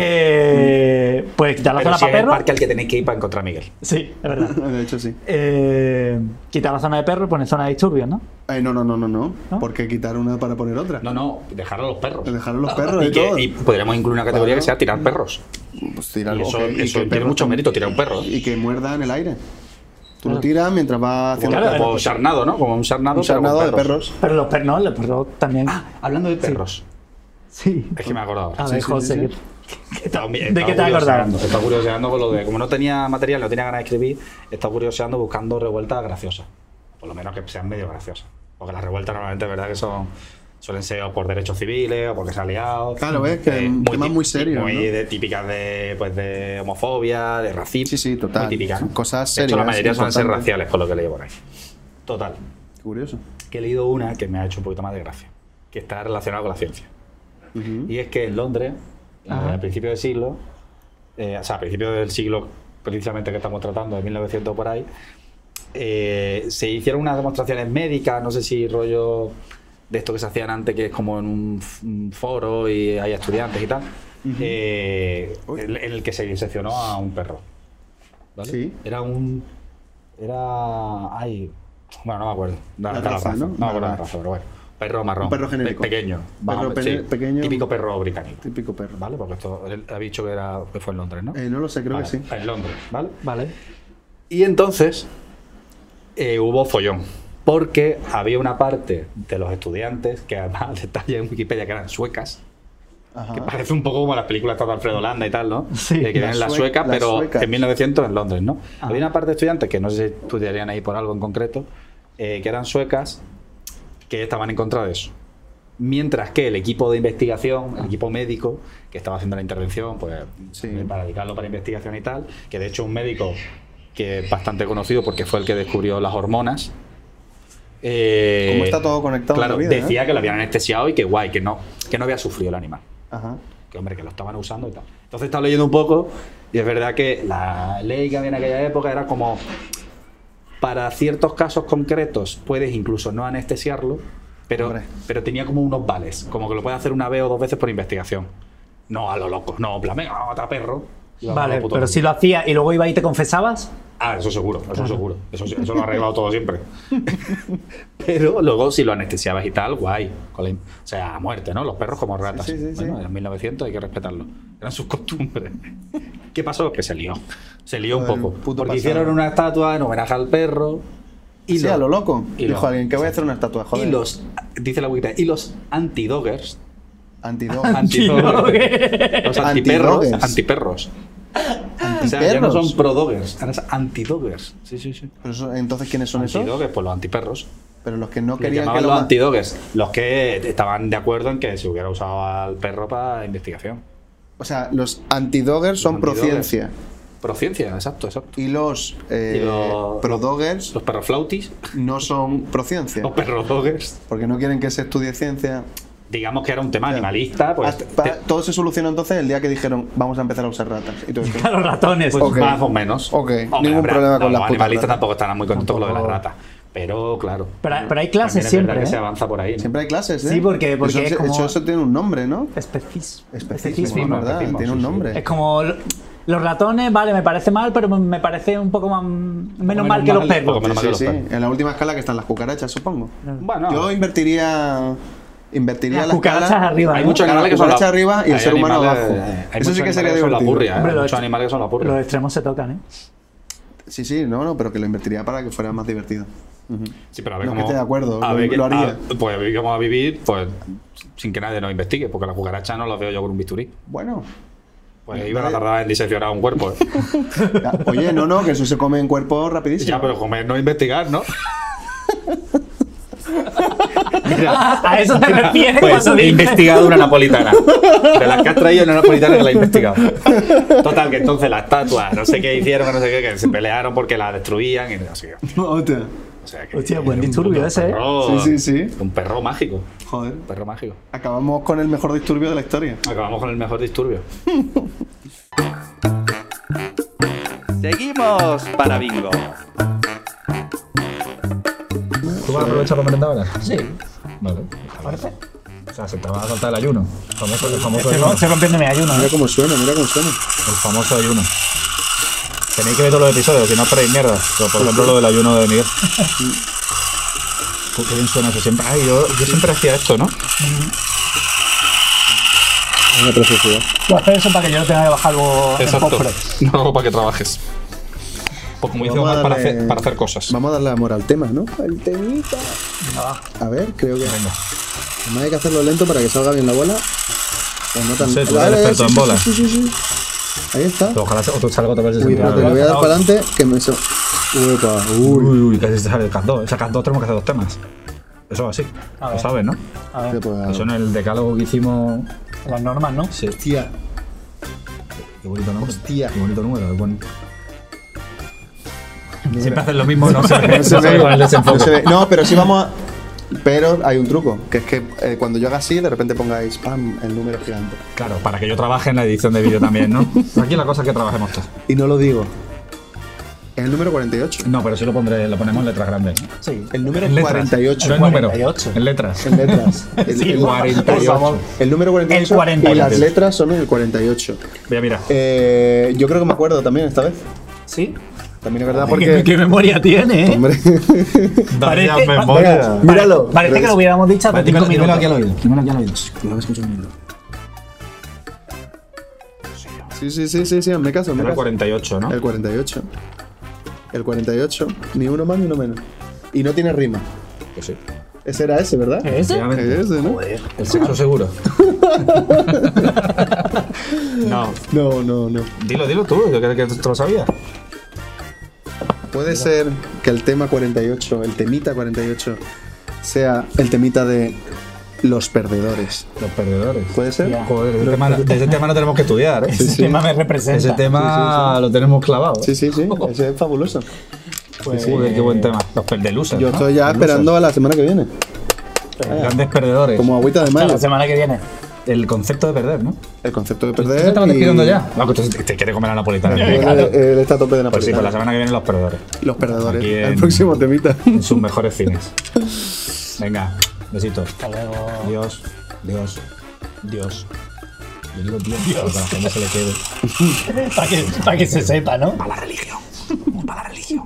C: eh, Pues quitar la
B: Pero
C: zona
B: sí es
C: para
B: el
C: perros.
B: parque al que tenéis que ir para encontrar a Miguel.
C: Sí, es verdad.
D: De hecho, sí.
C: Eh, quitar la zona de perros y poner zona de disturbios, ¿no?
D: Ay, no, no, no, no, no.
C: ¿No?
D: Porque quitar una para poner otra.
B: No, no, dejar a los perros. Ah,
D: Dejar a los perros
B: y,
D: y todo.
B: que, y podríamos incluir una categoría
D: Claro.
B: que sea tirar perros.
D: Pues tirar
B: Y eso,
D: ok, y que
B: eso
D: el
B: tiene
D: perro
B: mucho
D: también-
B: mérito, tirar un perro.
D: Y que muerda en el aire. Tú lo tiras mientras va haciendo
B: Como,
C: Claro,
B: como
C: pero-
B: charnado, ¿no? Como un charnado.
D: pues, un
B: pero con Ah,
D: charnado de perros.
C: Pero los perros, no, los perros también.
D: Ah,
B: Hablando de perros.
C: sí.
B: Es que me he acordado ahora.
C: A ver,
D: sí,
C: José,
D: sí, sí.
C: ¿qué-
B: *laughs*
C: qué te-
B: Estaba-
C: ¿de
B: estaba
C: qué te has
B: curioseando,
C: acordado?
B: Estaba curioseando con lo de. Como no tenía material, no tenía ganas de escribir, estaba curioseando buscando revueltas graciosas. por lo menos que sean medio graciosas. Porque las revueltas normalmente, ¿verdad? Que son suelen ser o por derechos civiles o porque se ha liado.
D: Claro, es que
B: Eh,
D: un tema
B: tip-
D: muy serio,
B: Muy
D: ¿no?
B: de, típicas de, pues, de homofobia, de racismo.
D: Sí, sí, total.
B: Muy típicas.
D: Son cosas
B: De hecho, la
D: serias,
B: mayoría suelen ser
D: importantes.
B: raciales, por lo que leí por ahí. Total.
D: Qué curioso.
B: Que he leído una que me ha hecho un poquito más de gracia, que está relacionada con la ciencia. Y es que en Londres,
C: Ajá.
B: a principios del siglo, eh, o sea, a principios del siglo precisamente que estamos tratando, de 1900 por ahí, eh, se hicieron unas demostraciones médicas, no sé si rollo de esto que se hacían antes, que es como en un, f- un foro y hay estudiantes y tal, eh, en, en el que se diseccionó a un perro. ¿vale?
D: Sí.
B: Era un... Era... Ay, bueno, no me acuerdo. No,
D: La
B: no,
D: raza,
B: No
D: ¿no?
B: me acuerdo
D: Vale.
B: la raza, pero bueno. Perro marrón.
D: Un perro
B: pe-
D: genérico.
B: Pequeño.
D: Perro
B: pe-
D: pene- pequeño.
B: Típico perro británico.
D: Típico perro.
B: ¿Vale? Porque esto él ha dicho que, era, que fue en Londres, ¿no?
D: Eh, no lo sé, creo
B: Vale,
D: que sí.
B: En Londres, ¿vale?
C: Vale.
B: Y entonces eh, hubo follón. Porque había una parte de los estudiantes, que además *laughs* detalle en Wikipedia que eran suecas, que
D: Ajá.
B: parece un poco como las películas estas de Alfredo Landa y
D: *laughs*
B: tal, ¿no?
C: Sí.
B: Eh, que
D: Las
B: eran las
D: sue- Ah.
B: suecas,
D: las
B: pero
D: suecas.
B: en 1900 en Londres, ¿no? Había una parte de estudiantes que no sé si estudiarían ahí por algo en concreto, eh, que eran suecas, que estaban en contra de eso. Mientras que el equipo de investigación, el equipo médico que estaba haciendo la intervención, pues
D: Sí.
B: para dedicarlo para investigación y tal, que de hecho un médico que es bastante conocido porque fue el que descubrió las hormonas. eh,
D: Cómo está todo conectado en
B: Claro,
D: la vida, ¿eh?
B: decía que lo habían anestesiado y que guay, que no, que no había sufrido el animal
D: Ajá.
B: que hombre, que lo estaban usando y tal. Entonces estaba leyendo un poco y es verdad que la ley que había en aquella época era como para ciertos casos concretos puedes incluso no anestesiarlo, pero,
D: Hombre.
B: pero tenía como unos vales, como que lo puedes hacer una vez o dos veces por investigación. No a lo loco, no, en plan, venga, vamos a matar perro. y vamos a
C: Vale,
B: lo puto
C: pero
B: loco.
C: si lo hacía y luego iba y te confesabas,
B: Ah, eso seguro, eso seguro. Eso, eso lo ha arreglado todo
D: *laughs*
B: siempre. Pero luego, si lo anestesiabas y tal, guay. Con la- o sea, a muerte, ¿no? Los perros como ratas.
D: sí, sí,
B: bueno,
D: sí.
B: en 1900 hay que respetarlo. Eran sus costumbres. ¿Qué pasó? Que se lió. Se lió un
D: Joder,
B: poco.
D: puto
B: Porque
D: pasado.
B: hicieron una estatua en homenaje al perro.
D: Y sí, a lo loco.
B: y
D: Dijo
B: lo-
D: alguien que voy a hacer una estatua, joder.
B: Y los, dice la Wikipedia, y los antidoggers.
D: Antidog.
B: Antidoggers. Los antiperros.
D: Antidoggers.
B: Antiperros. O sea, ya no
D: Antiperros.
B: son pro-doggers, ahora son antidoggers. Sí, sí, sí.
D: Pero eso- entonces, ¿quiénes son esos?
B: Antidoggers, pues los antiperros.
D: Pero los que no
B: Le
D: querían que
B: llamaban
D: lo
B: los
D: ma-
B: antidoggers, los que estaban de acuerdo en que se hubiera usado al perro para investigación.
D: O sea, los antidoggers son pro
B: antidoggers.
D: ciencia.
B: Prociencia, exacto, exacto.
D: Y los eh,
B: Y los-
D: prodoggers
B: Los perros flautis,
D: no son pro ciencia.
B: los perros doggers.
D: Porque no quieren que se estudie ciencia.
B: Digamos que era un tema animalista, pues.
D: Hasta- pa-
B: te-
D: todo se solucionó entonces el día que dijeron vamos a empezar a usar ratas. Y todo esto.
C: a los ratones.
B: pues
D: Ok.
B: Más o menos.
D: Ok,
B: Hombre,
D: ningún
B: habrá-
D: problema
B: no, Los
D: con las putas
B: animalistas
D: ratas.
B: tampoco estarán muy contentos con lo de las
C: Tampoco.
B: ratas. Pero claro.
C: pero, pero hay
B: también es
C: clases
B: verdad
C: siempre.
B: que se
C: ¿eh?
B: avanza por ahí. ¿no?
D: Siempre hay clases, ¿eh?
C: Sí, porque- porque
D: eso,
C: es como-
D: eso- eso tiene un nombre, ¿no?
C: Especismo.
D: Especismo,
B: ¿no?
D: ¿verdad?
B: Especismo,
D: tiene un
B: sí, sí.
D: nombre.
C: Es como lo- los ratones, vale, me parece mal, pero me parece un poco más, menos,
B: menos
C: mal que los
B: mal,
C: perros.
B: poco menos.
D: Sí,
B: los
D: sí,
B: perros.
D: en la última escala que están las cucarachas, supongo.
B: Bueno,
D: Yo invertiría invertiría
C: Las
D: la escala-
C: cucarachas arriba,
B: hay
C: ¿no?
B: muchos animales que son.
D: cucaracha arriba y el
B: hay
D: ser humano
B: animales-
D: abajo.
B: hay
D: Eso
B: muchos
D: sí que sería
B: animales son la
D: divertido.
B: purria, ¿eh?
C: Hombre, lo
B: Muchos
C: de-
B: animales que son la purria.
C: Los extremos se tocan, ¿eh?
D: Sí, sí, no, no, pero que lo invertiría para que fuera más divertido. Ujú.
B: Sí, pero a ver
D: No, que
B: cómo.
D: esté de acuerdo,
B: a
D: lo-
B: ver qué-
D: lo haría.
B: a- pues a ver cómo va a vivir, pues sin que nadie nos investigue, porque las cucarachas no las veo yo con un bisturí.
D: Bueno.
B: Pues iban a tardar en diseccionar un cuerpo. ¿eh?
D: *laughs* Ya, Oye, no, no, que eso se come en cuerpo rapidísimo.
B: ya, pero comer no es investigar, ¿no?
C: Ah, A eso se refiere
B: Pues
C: cuando
B: he
C: dice-
B: investigado una napolitana. De las que has traído una napolitana que la he investigado. Total, que entonces las estatuas, no sé qué hicieron, no sé qué, que se pelearon porque la destruían y no sé qué.
D: Hostia.
B: O sea que-
C: Hostia, buen
B: un
C: disturbio
B: puto
C: ese, ¿eh?
B: perro-
D: Sí, sí, sí.
B: Un perro mágico.
D: Joder.
B: Un perro mágico.
D: Acabamos con el mejor disturbio de la historia.
B: Acabamos con el mejor disturbio.
A: Seguimos para bingo.
B: ¿Tú vas a aprovechar para merendar ahora? Sí. Vale. ¿Parece? O sea, se te va a saltar el ayuno. Famoso, el famoso ayuno.
C: Estoy rompiendo mi ayuno. ¿eh?
D: Mira cómo suena, mira cómo suena.
B: El famoso ayuno. Tenéis que ver todos los episodios, si no os paréis mierda. Pero, por ejemplo, lo del ayuno de Miguel. Qué bien suena eso siempre. Ay, yo, yo siempre hacía esto, ¿no?
D: Una preciosidad.
C: Voy a hacer eso para que yo no tenga que bajar algo en cofre.
B: No, para que trabajes. Pues como dice
D: Vamos a
B: Omar, para
D: darle-
B: hacer, para hacer cosas.
D: Vamos a darle amor al tema, ¿no? El temita. A ver, creo que.
B: Ah. Venga.
D: Además hay que hacerlo lento para que salga bien la bola. Pues no tan
B: sé, tú eres
D: Vale,
B: experto
D: sí,
B: en
D: sí,
B: bola.
D: Sí, sí, sí, sí. Ahí está.
B: Ojalá se- otro salga otra vez de
D: Uy,
B: sentido.
D: espérate, le voy a dar para adelante que me so... Uepa,
B: Uy,
D: uy.
B: uy, casi se sale el CAS2. O sea, CAS2 tenemos que hacer dos temas. Eso así.
C: A
B: Lo
C: ver.
B: sabes, ¿no?
C: A
D: Qué
C: ver,
D: putada.
B: Ah. Eso en el decálogo que hicimos.
C: las normas, ¿no?
B: Sí.
D: Tía,
B: Qué bonito nombre.
D: Hostia.
B: Qué bonito número. qué bonito. Siempre hacen lo mismo, *laughs* no sé.
D: no se ve.
B: cuál es el
D: No, se
B: enfoque.
D: ve. No, pero sí vamos a. Pero hay un truco, que es que eh, cuando yo haga así, de repente pongáis pam el número gigante.
B: Claro, para que yo trabaje en la edición de vídeo también, *laughs* ¿no? Aquí la cosa es que trabajemos todos.
D: Y no lo digo. Es el número 48.
B: No, pero sí lo, pondré, lo ponemos en letras grandes.
C: Sí.
D: El número
B: En letras.
D: 48.
B: No en número.
C: 48.
B: En letras.
D: En letras.
C: *laughs*
D: El,
B: *laughs* Sí,
D: el-
B: 48.
D: el número 48.
C: El 48.
D: Y las letras son el 48.
B: Mira, mira.
D: Eh, yo creo que me acuerdo también esta vez.
C: ¿Sí?
D: También es verdad
C: ¿Qué,
D: porque.
C: qué memoria tiene, eh?
D: Hombre.
B: Vaya
C: parece-
B: memoria.
D: Venga,
C: Pare-
D: míralo.
C: Eh, Parece que lo hubiéramos dicho hace
B: Ah, Vale,
C: cinco
B: dímelo, dímelo
C: minutos.
B: aquí al oído. Dímelo aquí al oído. Lo habéis escuchado un
D: Sí, sí, sí, sí, sí, me caso. Me
B: Era el
D: caso.
B: 48, ¿no?
D: El 48. El 48. Ni uno más ni uno menos. Y no tiene rima.
B: Pues sí.
D: Ese era ese, ¿verdad?
C: ¿Ese?
B: Efectivamente.
D: Ese, ¿no?
B: El sexo seguro. *laughs* no.
D: No, no, no.
B: Dilo, dilo tú. Yo creo que tú lo sabías.
D: Puede ser que el tema 48, el temita 48, sea el temita de los perdedores.
B: Los perdedores.
D: ¿Puede ser?
C: Ya.
B: Joder, ese tema, de ese tema no tenemos que estudiar. ¿eh?
C: Ese tema me representa.
B: Ese tema lo tenemos clavado. ¿eh?
D: Sí, sí, sí. Ese es fabuloso.
C: Pues,
B: Joder, qué buen tema. Los perdelusas.
D: Yo
B: ¿no?
D: estoy ya esperando a la semana que viene.
B: Grandes perdedores.
D: Como agüita de
C: hasta
D: mayo.
C: la semana que viene.
B: El concepto de perder, ¿no?
D: El concepto de
B: Tú
D: perder.
B: te estabas
D: y-
B: despidiendo ya. No, que tú te, te quiere comer la napolitana.
D: El,
B: Claro.
D: el estatus
B: Pues sí,
D: de Napolitano.
B: pues la semana que viene los perdedores.
D: Los perdedores.
B: Aquí en-
D: El próximo
B: *laughs*
D: temita.
B: En
D: *laughs*
B: sus mejores cines. Venga, besitos.
C: Hasta luego.
B: Dios, Dios, Dios. Yo digo Dios, pero para que no se le quede.
C: *laughs* Para que, para que se sepa, ¿no?
B: Para la religión. Para la religión.